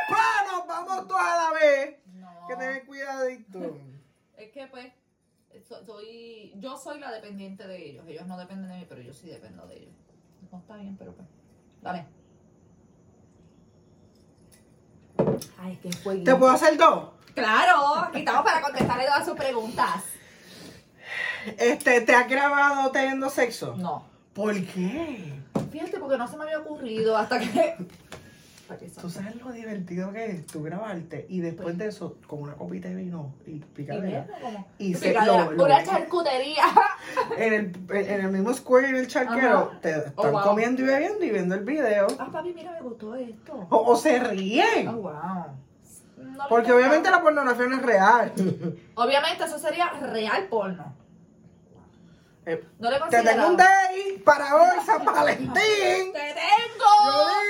Speaker 1: ¡Pa! Nos vamos todas a la vez.
Speaker 2: No.
Speaker 1: Que tener cuidadito.
Speaker 2: Es que pues, so- soy, yo soy la dependiente de ellos. Ellos no dependen de mí, pero yo sí dependo de ellos. No está bien, pero pues. Dale. Ay, qué jueguito.
Speaker 1: ¿Te puedo hacer dos?
Speaker 2: Claro, aquí estamos para contestarle todas sus preguntas.
Speaker 1: Este, ¿Te has grabado teniendo sexo?
Speaker 2: No.
Speaker 1: ¿Por qué?
Speaker 2: Fíjate, porque no se me había ocurrido hasta que. Para que
Speaker 1: Tú
Speaker 2: son-
Speaker 1: sabes lo divertido que es tú grabarte y después de eso, con una copita de vino y
Speaker 2: Pues- Y
Speaker 1: picadera.
Speaker 2: verlo como-
Speaker 1: Y se-
Speaker 2: Picadera,
Speaker 1: lo- lo-
Speaker 2: una charcutería.
Speaker 1: En el, en el mismo square y en el charquero,
Speaker 2: Ajá.
Speaker 1: te
Speaker 2: Oh,
Speaker 1: están
Speaker 2: wow.
Speaker 1: comiendo y bebiendo y viendo el video.
Speaker 2: Ah, papi, mira, me gustó esto.
Speaker 1: O, o se
Speaker 2: Oh,
Speaker 1: ríen.
Speaker 2: wow. No lo
Speaker 1: Porque
Speaker 2: he
Speaker 1: obviamente
Speaker 2: intentado.
Speaker 1: la pornografía no es real.
Speaker 2: Obviamente, eso sería real porno.
Speaker 1: Eh,
Speaker 2: No le
Speaker 1: Te
Speaker 2: considero.
Speaker 1: tengo un day para hoy, San Valentín.
Speaker 2: ¡Te
Speaker 1: Yo
Speaker 2: tengo!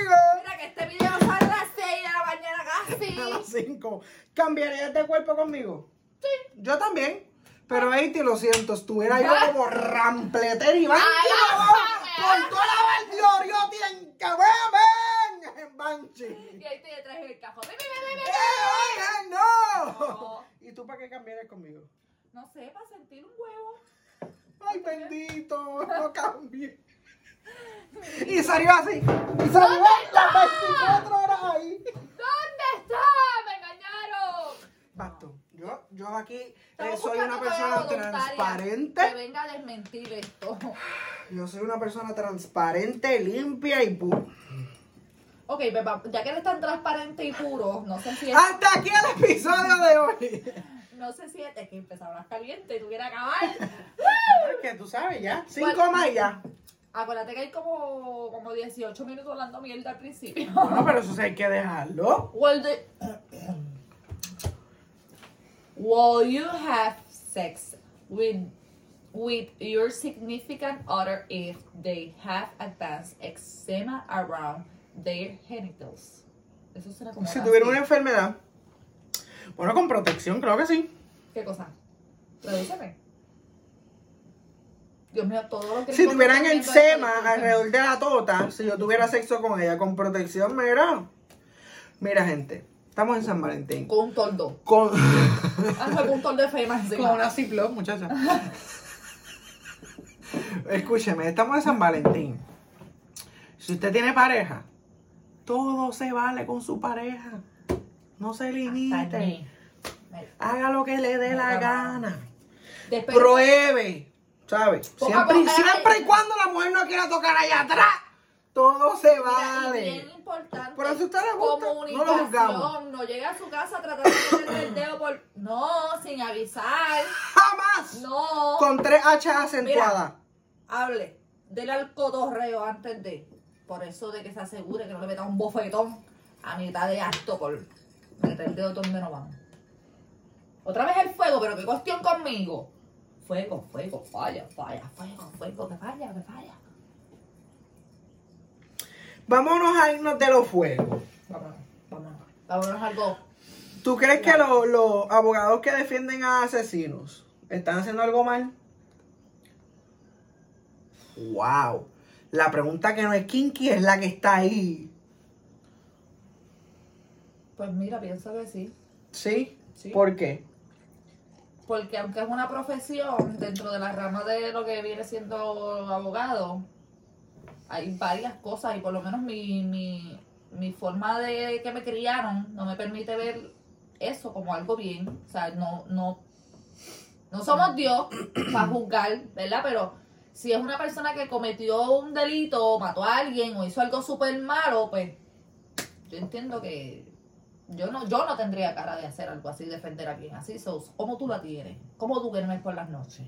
Speaker 1: digo.
Speaker 2: Mira que este video sale a las 6 de la mañana
Speaker 1: A las
Speaker 2: casi.
Speaker 1: 5. ¿Cambiarías de cuerpo conmigo? Sí. Yo también. Pero ahí te lo siento, estuviera yo
Speaker 2: Ah.
Speaker 1: como rampleter y van
Speaker 2: Ay, ay,
Speaker 1: por toda la Dios en ven en Banshee.
Speaker 2: Y ahí te traje el cajón. ¡Ven, ven, ven,
Speaker 1: ¡Eh,
Speaker 2: ven!
Speaker 1: oigan, no!
Speaker 2: No,
Speaker 1: ¿Y tú para qué cambiarías conmigo?
Speaker 2: no sé, para sentir un huevo.
Speaker 1: Ay, bendito, no cambié. Y salió así. Y salió las 24 horas ahí.
Speaker 2: ¿Dónde está? ¡Me engañaron!
Speaker 1: Basto. Yo, yo aquí eh,
Speaker 2: Estamos
Speaker 1: soy una
Speaker 2: buscando todavía
Speaker 1: persona
Speaker 2: voluntaria
Speaker 1: transparente.
Speaker 2: Que venga a desmentir esto.
Speaker 1: Yo soy una persona transparente, limpia y pura.
Speaker 2: Ok, Pepa, ya que eres tan transparente y puro, no sé si es,
Speaker 1: Hasta aquí el episodio de hoy.
Speaker 2: no sé si es, es que empezabas caliente y tuviera que acabar.
Speaker 1: que tú sabes ya.
Speaker 2: ¿Cuál?
Speaker 1: Cinco más y ya.
Speaker 2: Acuérdate que hay como, como 18 minutos hablando mierda al principio.
Speaker 1: No, pero eso sí hay que dejarlo.
Speaker 2: Will the- Will you have sex with with your significant other if they have advanced eczema around their genitals? Eso suena como
Speaker 1: Si
Speaker 2: una-
Speaker 1: tuviera una enfermedad. Bueno, con protección, creo que sí.
Speaker 2: ¿Qué cosa? Tradúceme. Dios mío, todo lo que...
Speaker 1: Si tuvieran
Speaker 2: el
Speaker 1: eczema alrededor de la tota, si yo tuviera sexo con ella con protección, mira. Mira, gente, estamos en San Valentín.
Speaker 2: Con un toldo.
Speaker 1: Con,
Speaker 2: Ah, fue con un toldo de fema
Speaker 1: con
Speaker 2: encima.
Speaker 1: una Ziploc, muchacha. Escúcheme, estamos en San Valentín. Si usted tiene pareja, Todo se vale con su pareja. No se limite. Haga lo que le dé la gana.
Speaker 2: Después,
Speaker 1: Pruebe. ¿Sabes?
Speaker 2: Poco a
Speaker 1: Siempre,
Speaker 2: poco,
Speaker 1: siempre
Speaker 2: ay.
Speaker 1: y cuando la mujer no quiera tocar allá atrás, todo se
Speaker 2: Mira, y
Speaker 1: vale.
Speaker 2: bien importante.
Speaker 1: Pero si usted le gusta, no lo
Speaker 2: comunicación,
Speaker 1: juzgamos.
Speaker 2: No llega a su casa tratando de meter el dedo por. No, sin avisar.
Speaker 1: Jamás.
Speaker 2: No.
Speaker 1: Con tres H acentuadas.
Speaker 2: Hable. Del al cotorreo antes de. Por eso de que se asegure que no le meta un bofetón a mitad de acto por meter el dedo donde no vamos. Otra vez el fuego, pero qué cuestión conmigo. Fuego, fuego, falla, falla, fuego, fuego, que falla, que falla.
Speaker 1: Vámonos a irnos de los fuegos.
Speaker 2: Vámonos, vámonos. Vámonos al go.
Speaker 1: ¿Tú crees que lo- los abogados que defienden a asesinos están haciendo algo mal? ¡Wow! La pregunta que no es Kinky es la que está ahí.
Speaker 2: Pues mira, pienso que sí.
Speaker 1: ¿Sí?
Speaker 2: Sí.
Speaker 1: ¿Por qué?
Speaker 2: Porque aunque es una profesión, dentro de la rama de lo que viene siendo abogado, hay varias cosas y por lo menos mi, mi, mi forma de que me criaron no me permite ver eso como algo bien. O sea, no, no, no somos Dios para juzgar, ¿verdad? Pero si es una persona que cometió un delito, o mató a alguien o hizo algo súper malo, pues yo entiendo que yo no, yo no tendría cara de hacer algo así, defender a alguien así. So, ¿Cómo tú la tienes? ¿Cómo tú duermes por las noches?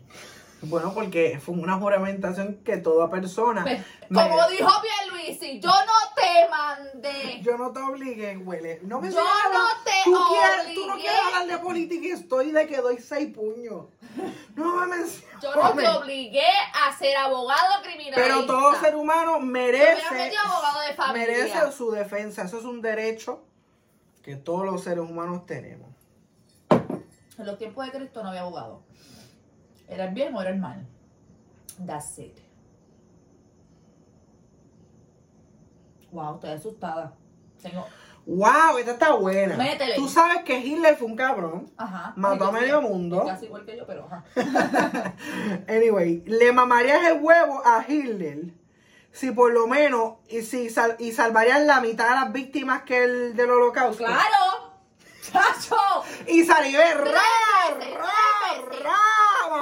Speaker 1: Bueno, porque fue una juramentación que toda persona...
Speaker 2: Pues,
Speaker 1: Ah, me-
Speaker 2: como dijo Pierluisi, yo no te mandé.
Speaker 1: Yo no te obligué, huele. No me
Speaker 2: Yo
Speaker 1: sigas
Speaker 2: no
Speaker 1: hablando-
Speaker 2: te
Speaker 1: tú quieres- Tú no
Speaker 2: obligué.
Speaker 1: quieres hablar de política y estoy de que doy seis puños. No me menciones.
Speaker 2: Yo no te obligué a ser abogado criminal.
Speaker 1: Pero todo ser humano
Speaker 2: Yo me
Speaker 1: merece,
Speaker 2: metí abogado de familia.
Speaker 1: merece su defensa. Eso es un derecho que todos los seres humanos tenemos.
Speaker 2: En los tiempos de Cristo no había abogado. Era el bien o era el mal. That's it. Wow, estoy asustada. Tengo.
Speaker 1: ¡Wow! Esta está buena.
Speaker 2: Métele.
Speaker 1: Tú sabes que Hitler fue un cabrón.
Speaker 2: Ajá.
Speaker 1: Mató a
Speaker 2: Ay,
Speaker 1: medio
Speaker 2: Dios mío.
Speaker 1: mundo.
Speaker 2: Casi igual que yo, pero ajá.
Speaker 1: Anyway, le mamarías el huevo a Hitler si por lo menos y, si sal- y salvarías la mitad de las víctimas que el del holocausto.
Speaker 2: ¡Claro! ¡Chacho!
Speaker 1: Y salivé ra,
Speaker 2: veces,
Speaker 1: ra,
Speaker 2: tres veces.
Speaker 1: ra,
Speaker 2: Claro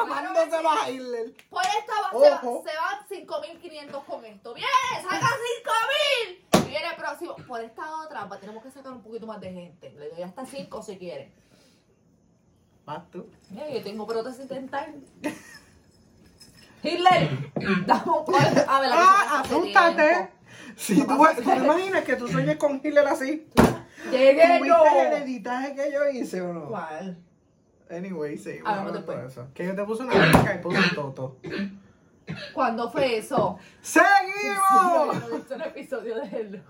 Speaker 1: mamándoselo a Hitler.
Speaker 2: Por esta va-
Speaker 1: Ojo.
Speaker 2: se, va- se van 5.500 con esto. ¡Viene! ¡Saca 5.000! Viene el próximo. Por esta otra pues, tenemos que sacar un poquito más de gente. Le doy hasta 5 si quieren.
Speaker 1: Vas tú.
Speaker 2: Mira, yo tengo prótesis dental. Hitler, dame un col- A ver, la
Speaker 1: Ah,
Speaker 2: que se me hace
Speaker 1: asústate. Si
Speaker 2: No
Speaker 1: tú,
Speaker 2: pasa
Speaker 1: tú te imaginas que tú sueñes con Hitler así.
Speaker 2: tiempo. Llegué
Speaker 1: ¿Tuviste el
Speaker 2: yo.
Speaker 1: editaje que yo hice o no?
Speaker 2: ¿Cuál?
Speaker 1: Anyway, sí,
Speaker 2: Ah,
Speaker 1: vamos
Speaker 2: no te
Speaker 1: con
Speaker 2: puedo.
Speaker 1: eso. Que yo te puse una marca y puse un toto.
Speaker 2: ¿Cuándo fue eso?
Speaker 1: ¡Seguimos!
Speaker 2: Sí, es un episodio de él.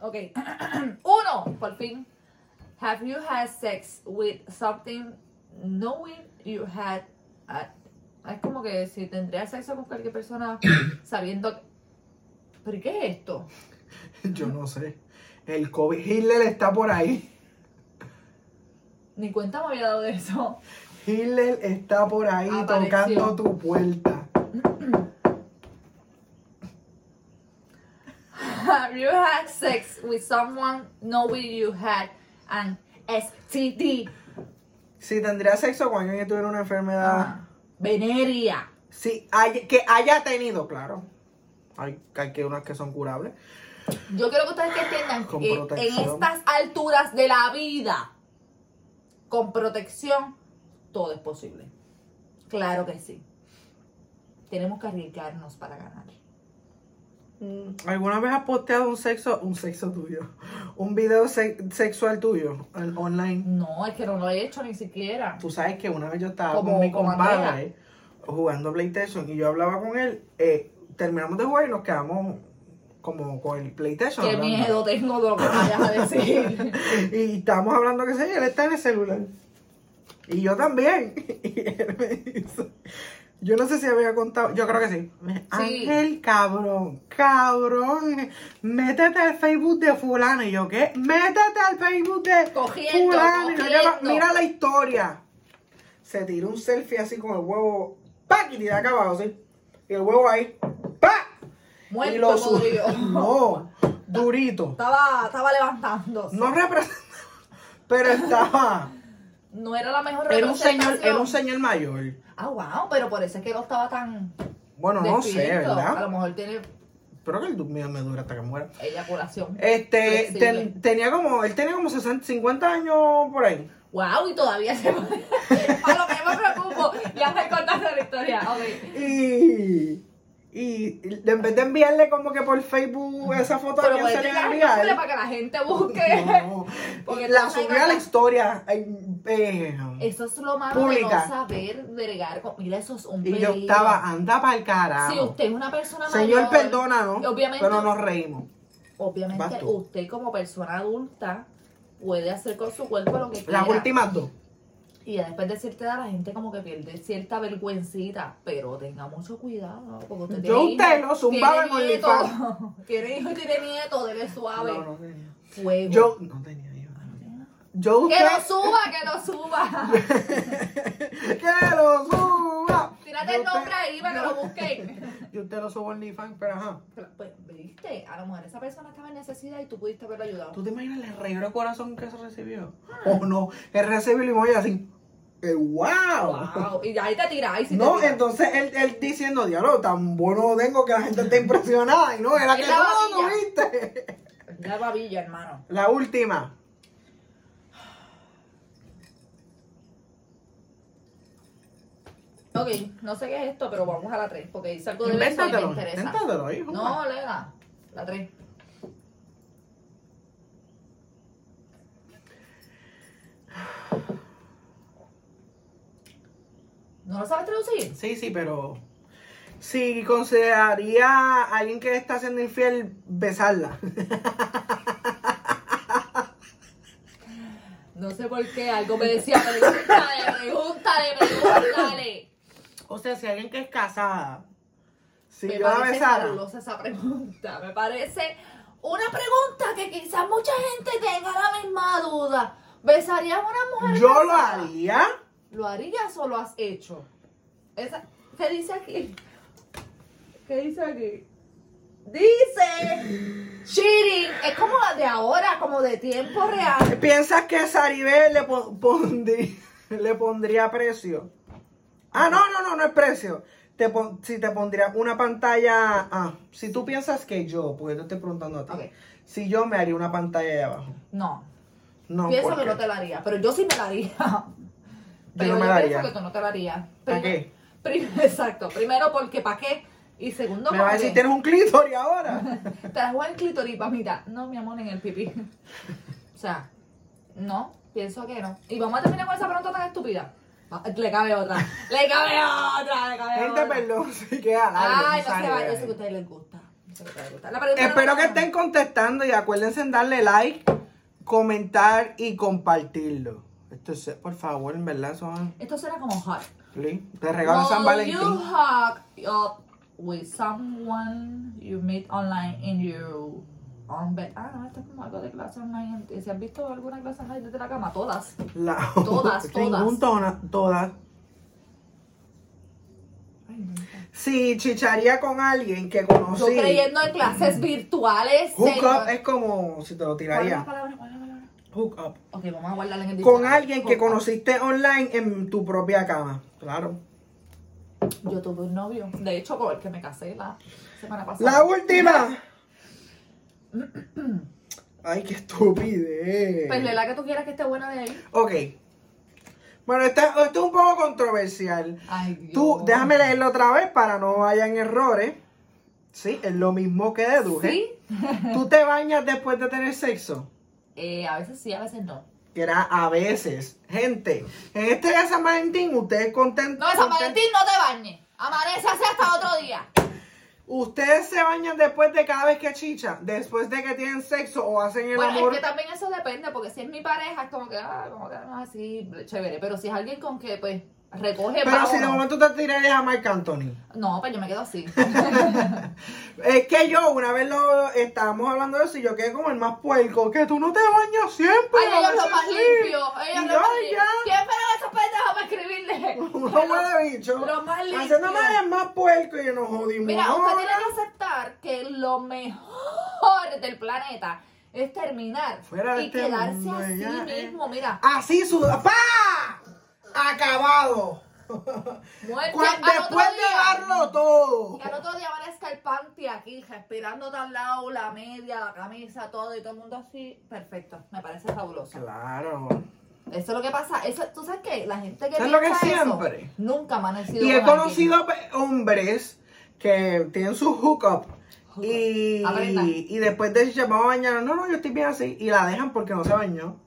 Speaker 2: Ok. Uno, por fin. Have you had sex with something knowing you had a- es como que si tendría sexo con cualquier persona sabiendo ¿Pero qué es esto?
Speaker 1: Yo no sé. El COVID Hitler está por ahí.
Speaker 2: Ni cuenta me había dado de eso.
Speaker 1: Hitler está por ahí
Speaker 2: Apareció.
Speaker 1: tocando tu puerta.
Speaker 2: Have you had sex with someone knowing you had an STD?
Speaker 1: Si tendría sexo con alguien que tuviera una enfermedad.
Speaker 2: Veneria.
Speaker 1: Sí, hay- que haya tenido, claro. Hay, hay que unas que son curables.
Speaker 2: Yo quiero que ustedes que entiendan
Speaker 1: Con
Speaker 2: que en
Speaker 1: protección.
Speaker 2: estas alturas de la vida, con protección, todo es posible. Claro que sí. Tenemos que arriesgarnos para ganar. Mm.
Speaker 1: ¿Alguna vez has posteado un sexo, un sexo tuyo? Un video se- sexual tuyo al- online.
Speaker 2: No, es que no lo he hecho ni siquiera.
Speaker 1: Tú sabes que una vez yo estaba
Speaker 2: Como-
Speaker 1: con mi
Speaker 2: como
Speaker 1: compadre jugando PlayStation y yo hablaba con él. eh, terminamos de jugar y nos quedamos como con el PlayStation.
Speaker 2: Qué
Speaker 1: hablando.
Speaker 2: miedo tengo de lo que vayas a decir.
Speaker 1: Y estábamos hablando, que sé yo, él está en el celular. Y yo también. Y él me dice, yo no sé si había contado, yo creo que sí. Ángel, cabrón, cabrón, métete al Facebook de fulano. Y yo, ¿qué? Métete al Facebook de
Speaker 2: Cogiendo,
Speaker 1: fulano. Y yo, mira,
Speaker 2: cogiendo.
Speaker 1: mira la historia. Se tiró un selfie así con el huevo, ¡pac! Y tira acá abajo, así. Y el huevo ahí, ¡pac!
Speaker 2: Muerto,
Speaker 1: y lo sub-
Speaker 2: podrido.
Speaker 1: No, durito.
Speaker 2: Estaba, estaba levantándose.
Speaker 1: No representaba, pero estaba.
Speaker 2: No era la mejor
Speaker 1: Era un señor,
Speaker 2: representación.
Speaker 1: era un señor mayor.
Speaker 2: Ah, wow, pero por eso es que no estaba tan.
Speaker 1: Bueno, no sé,
Speaker 2: despierto. A lo
Speaker 1: ¿verdad?
Speaker 2: mejor tiene
Speaker 1: Espero que el mío me dure hasta que muera.
Speaker 2: eyaculación.
Speaker 1: Este,
Speaker 2: Flexible.
Speaker 1: ten- tenía como, él tenía como 60, 50 años por ahí.
Speaker 2: Wow, y todavía se pone. A lo que me preocupo. Ya me contaste la historia. Ok.
Speaker 1: Y, y en vez de enviarle como que por Facebook esa foto
Speaker 2: Pero
Speaker 1: a
Speaker 2: puedes
Speaker 1: se le iba a
Speaker 2: tirar el
Speaker 1: enviar,
Speaker 2: nombre para que la gente busque.
Speaker 1: no.
Speaker 2: Porque
Speaker 1: la
Speaker 2: entonces ahí
Speaker 1: subí
Speaker 2: va
Speaker 1: a la
Speaker 2: la-
Speaker 1: historia. en- eh,
Speaker 2: Eso es lo malo de
Speaker 1: Pública.
Speaker 2: no saber bregar. con- Mira, eso es un
Speaker 1: y yo
Speaker 2: peligro.
Speaker 1: estaba, anda para el carajo.
Speaker 2: Si usted es una persona
Speaker 1: Señor,
Speaker 2: mayor,
Speaker 1: perdónanos,
Speaker 2: obviamente-
Speaker 1: pero nos reímos. Vas
Speaker 2: Obviamente,
Speaker 1: tú.
Speaker 2: usted como persona adulta puede hacer con su cuerpo lo que quiera.
Speaker 1: Las últimas dos.
Speaker 2: Y ya después de cierta edad, la gente como que pierde cierta vergüencita. Pero tenga mucho cuidado. Porque usted
Speaker 1: Yo
Speaker 2: tiene
Speaker 1: usted
Speaker 2: hijos,
Speaker 1: lo zumbaba
Speaker 2: tiene
Speaker 1: en
Speaker 2: nietos.
Speaker 1: OnlyFans.
Speaker 2: Tiene hijos y tiene nietos, debe suave.
Speaker 1: No, no tenía.
Speaker 2: Fuego.
Speaker 1: Yo no tenía yo. Yo
Speaker 2: Que
Speaker 1: usted-
Speaker 2: lo suba, que lo suba.
Speaker 1: que lo suba.
Speaker 2: Tírate
Speaker 1: Yo
Speaker 2: el nombre
Speaker 1: usted-
Speaker 2: ahí para que lo busquen.
Speaker 1: Yo usted lo subo en OnlyFans, pero ajá.
Speaker 2: Pero, Pues, viste, a lo mejor esa persona estaba en necesidad y tú pudiste haberlo ayudado.
Speaker 1: ¿Tú te imaginas el reguero de corazón que se recibió? O no, él recibió y me así, eh, wow.
Speaker 2: Wow. Y ahí te tiras. Y si
Speaker 1: No,
Speaker 2: te tiras.
Speaker 1: entonces él, él diciendo, diablo, tan bueno tengo que la gente está impresionada. Y no, era
Speaker 2: Es
Speaker 1: que
Speaker 2: la
Speaker 1: no, no
Speaker 2: babilla.
Speaker 1: viste.
Speaker 2: La babilla, hermano.
Speaker 1: La última.
Speaker 2: Ok, no sé qué es esto, pero vamos a la 3, porque dice algo de beso y me
Speaker 1: Invéntatelo,
Speaker 2: interesa.
Speaker 1: invéntatelo, hijo.
Speaker 2: No, Lega, la 3. ¿No lo sabes traducir?
Speaker 1: Sí, sí, pero si consideraría a alguien que está siendo infiel besarla.
Speaker 2: No sé por qué, algo me decía, pregúntale, pregúntale, pregúntale.
Speaker 1: O sea, si alguien que es casada, si
Speaker 2: me
Speaker 1: yo la
Speaker 2: parece
Speaker 1: besara,
Speaker 2: fabulosa esa pregunta, me parece una pregunta que quizás mucha gente tenga la misma duda. ¿Besarías a una mujer
Speaker 1: yo lo
Speaker 2: casada?
Speaker 1: haría.
Speaker 2: ¿Lo harías o lo has hecho? Esa, ¿Qué dice aquí? ¿Qué dice aquí? Dice cheating. Es como la de ahora, como de tiempo real.
Speaker 1: ¿Piensas que Saribel le, pon- pondrí- le pondría precio? Ah, no, no, no, no es precio. Te pon- si te pondría una pantalla. Ah, si tú piensas que yo, porque te estoy preguntando a ti,
Speaker 2: Ok.
Speaker 1: si yo me haría una pantalla de abajo.
Speaker 2: No,
Speaker 1: No,
Speaker 2: pienso
Speaker 1: ¿por
Speaker 2: que
Speaker 1: qué?
Speaker 2: no te la haría, pero yo sí me la haría.
Speaker 1: no
Speaker 2: Pero
Speaker 1: me
Speaker 2: yo
Speaker 1: la
Speaker 2: pienso
Speaker 1: haría.
Speaker 2: que tú no te la harías.
Speaker 1: ¿Para
Speaker 2: Pero-
Speaker 1: qué?
Speaker 2: prim- exacto. Primero, porque ¿para qué? Y segundo,
Speaker 1: Me va a
Speaker 2: porque
Speaker 1: decir, tienes un clítoris ahora.
Speaker 2: te la juegas en clitoris, mamita. No, mi amor, en el pipí. O sea, no, pienso que no. Y vamos a terminar con esa pregunta tan estúpida. Ah, Le cabe otra. Le cabe otra, le cabe
Speaker 1: Gente,
Speaker 2: otra.
Speaker 1: perdón, si queda largo,
Speaker 2: Ay, no se
Speaker 1: Saribel.
Speaker 2: vaya, yo sé que a ustedes les gusta. Yo sé que a ustedes les gusta. La pregunta
Speaker 1: Espero que
Speaker 2: número
Speaker 1: estén contestando y acuérdense en darle like, comentar y compartirlo. Esto es, por favor, en verdad, son.
Speaker 2: uno. Esto será como hot.
Speaker 1: Please, Te regalo San
Speaker 2: you
Speaker 1: Valentín.
Speaker 2: hook up with someone you meet online in your own bed? Ah, no, esto es como algo de clase online. ¿Se han visto alguna clase online desde la cama? Todas.
Speaker 1: La-
Speaker 2: Todas,
Speaker 1: Ningún
Speaker 2: todas.
Speaker 1: tona- todas.
Speaker 2: Ay, no.
Speaker 1: Si chicharía con alguien que
Speaker 2: Yo
Speaker 1: conocí,
Speaker 2: creyendo en clases virtuales.
Speaker 1: Oh, hook
Speaker 2: señor.
Speaker 1: up es como si te lo
Speaker 2: ¿Cuál es la
Speaker 1: tiraría.
Speaker 2: palabra? ¿Cuál es la palabra?
Speaker 1: Hook up.
Speaker 2: Ok, vamos a guardarla en
Speaker 1: Con
Speaker 2: el diccionario.
Speaker 1: alguien que
Speaker 2: Hook up.
Speaker 1: conociste online en tu propia cama. Claro.
Speaker 2: ah, Yo tuve un novio. De hecho, con el que me casé la semana pasada.
Speaker 1: La última. Ay, qué estupidez.
Speaker 2: Pues la que tú quieras que esté buena de él.
Speaker 1: Ok. Bueno, esta- esto es un poco controversial.
Speaker 2: Ay, Dios.
Speaker 1: Tú, déjame leerlo otra vez para no hayan errores. Sí, es lo mismo que deduje.
Speaker 2: ¿Sí?
Speaker 1: ¿Tú te bañas después de tener sexo?
Speaker 2: Eh, a veces sí, a veces no.
Speaker 1: Que era a veces. Gente, en este día de San Valentín, ustedes contentos.
Speaker 2: No, de San Valentín no te bañes. Amanece hasta otro día.
Speaker 1: Ustedes se bañan después de cada vez que chichan, después de que tienen sexo o hacen el
Speaker 2: Bueno,
Speaker 1: amor.
Speaker 2: es que también eso depende, porque si es mi pareja, es como que, ah, vamos a quedarnos así, chévere. Pero si es alguien con que, pues, recoge
Speaker 1: Pero
Speaker 2: pavo,
Speaker 1: si de
Speaker 2: no.
Speaker 1: momento te tirarías a Marc Anthony.
Speaker 2: No, pues yo me quedo así.
Speaker 1: Es que yo, una vez lo estábamos hablando de eso, y yo quedé como el más puerco, que tú no te bañas siempre.
Speaker 2: Ay,
Speaker 1: a
Speaker 2: ellos
Speaker 1: veces
Speaker 2: lo más
Speaker 1: sí.
Speaker 2: limpio. Ellos
Speaker 1: Y
Speaker 2: lo
Speaker 1: yo,
Speaker 2: más
Speaker 1: ay,
Speaker 2: limpio.
Speaker 1: ya.
Speaker 2: ¿Quién fueron esos pendejos para escribirle?
Speaker 1: mismo huele bicho.
Speaker 2: lo más limpio.
Speaker 1: Haciendo mal es más puerco y nos jodimos.
Speaker 2: Mira,
Speaker 1: ahora.
Speaker 2: usted tiene que aceptar que lo mejor del planeta es terminar
Speaker 1: Fuera de
Speaker 2: y
Speaker 1: este
Speaker 2: quedarse
Speaker 1: mundo,
Speaker 2: así
Speaker 1: ya, eh.
Speaker 2: mismo, mira,
Speaker 1: Así su. ¡Pa! Acabado.
Speaker 2: muerte
Speaker 1: Cuan-
Speaker 2: al otro
Speaker 1: después de
Speaker 2: día.
Speaker 1: darlo todo.
Speaker 2: Que al otro día amanezca el panty aquí, respirando al lado, la media, la camisa, todo, y todo el mundo así, perfecto, me parece fabuloso.
Speaker 1: Claro.
Speaker 2: Eso es lo que pasa, eso, tú sabes que la gente que
Speaker 1: Es lo que
Speaker 2: piensa eso,
Speaker 1: siempre.
Speaker 2: nunca ha amanecido
Speaker 1: Y he
Speaker 2: con alguien.
Speaker 1: conocido pe- hombres que tienen su hookup. Y,
Speaker 2: Aprenda.
Speaker 1: y después de decir, vamos a bañar. No, no, yo estoy bien así. Y la dejan porque no se bañó.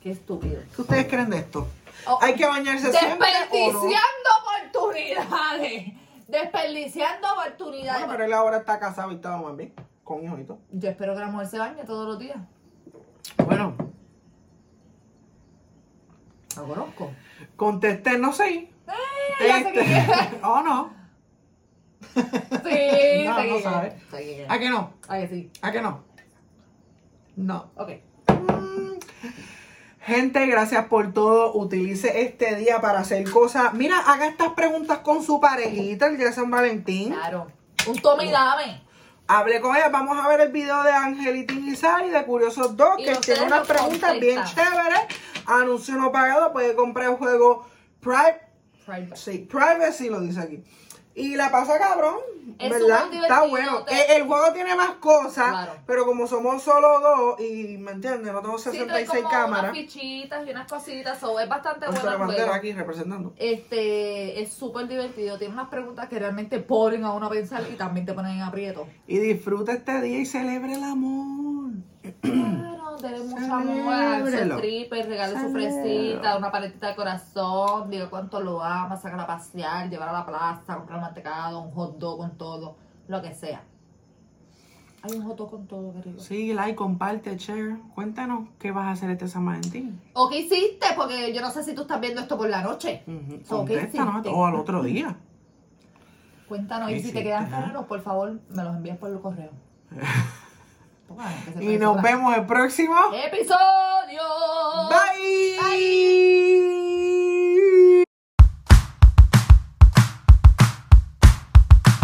Speaker 2: Qué estúpido.
Speaker 1: ¿Qué ustedes creen de esto?
Speaker 2: Oh.
Speaker 1: Hay que bañarse siempre. o no?
Speaker 2: Desperdiciando oportunidades. Desperdiciando oportunidades.
Speaker 1: Bueno, pero él ahora está casado y está más bien. Con hijos y todo.
Speaker 2: Yo espero que la mujer se bañe todos los días.
Speaker 1: Bueno,
Speaker 2: La conozco.
Speaker 1: contesté, no sé.
Speaker 2: Eh, ya sé quién es.
Speaker 1: oh, no.
Speaker 2: Sí,
Speaker 1: No,
Speaker 2: sé
Speaker 1: no
Speaker 2: quién es,
Speaker 1: sabe.
Speaker 2: sé quién es.
Speaker 1: ¿A que no?
Speaker 2: Ah, que sí.
Speaker 1: ¿A que no? No.
Speaker 2: Ok.
Speaker 1: Mm. Gente, gracias por todo. Utilice este día para hacer cosas. Mira, haga estas preguntas con su parejita el día de San Valentín.
Speaker 2: Claro. Un tome y dame.
Speaker 1: Hablé con ella. Vamos a ver el video de Angelita Inizar y de Curiosos 2,
Speaker 2: Y
Speaker 1: que
Speaker 2: ustedes
Speaker 1: tiene unas
Speaker 2: nos
Speaker 1: preguntas bien
Speaker 2: contestan.
Speaker 1: chéveres. Anuncio no pagado. Puede comprar el juego Pride.
Speaker 2: Pride Month.
Speaker 1: Sí, privacy lo dice aquí. Y la pasa cabrón,
Speaker 2: Es
Speaker 1: ¿verdad?
Speaker 2: súper
Speaker 1: Está
Speaker 2: divertido,
Speaker 1: bueno.
Speaker 2: te-
Speaker 1: Eh, El, juego tiene más cosas,
Speaker 2: Claro.
Speaker 1: pero como somos solo dos y, ¿me entiendes? No tengo
Speaker 2: Sí, trae
Speaker 1: 66
Speaker 2: como
Speaker 1: cámaras.
Speaker 2: unas fichitas y unas cositas. so, es bastante
Speaker 1: Con
Speaker 2: bueno.
Speaker 1: la
Speaker 2: el
Speaker 1: bandera
Speaker 2: juego.
Speaker 1: aquí representando.
Speaker 2: Este es súper divertido. Tiene unas preguntas que realmente ponen a uno a pensar y también te ponen en aprieto.
Speaker 1: Y disfruta este día y celebre el amor.
Speaker 2: Claro, denle mucho amor a
Speaker 1: Celébrelo.
Speaker 2: su stripper, regale su
Speaker 1: Celébrelo.
Speaker 2: fresita, una paletita de corazón, diga cuánto lo ama, sacar a pasear, llevar a la plaza, comprar mantecado, un hot dog con todo, lo que sea. Hay un hot dog con todo, querido.
Speaker 1: Sí, like, comparte, share. Cuéntanos qué vas a hacer este San Valentín.
Speaker 2: ¿O qué hiciste? Porque yo no sé si tú estás viendo esto por la noche.
Speaker 1: Ujú.
Speaker 2: So, ¿qué
Speaker 1: Contéstanos
Speaker 2: hiciste?
Speaker 1: o al otro día.
Speaker 2: Cuéntanos, y si
Speaker 1: Hiciste,
Speaker 2: te quedan
Speaker 1: ajá.
Speaker 2: ferreros, por favor, me los envías por el correo. Toma, que se
Speaker 1: Y
Speaker 2: puede Eh,
Speaker 1: nos
Speaker 2: soplar.
Speaker 1: vemos el próximo.
Speaker 2: ¡Episodio!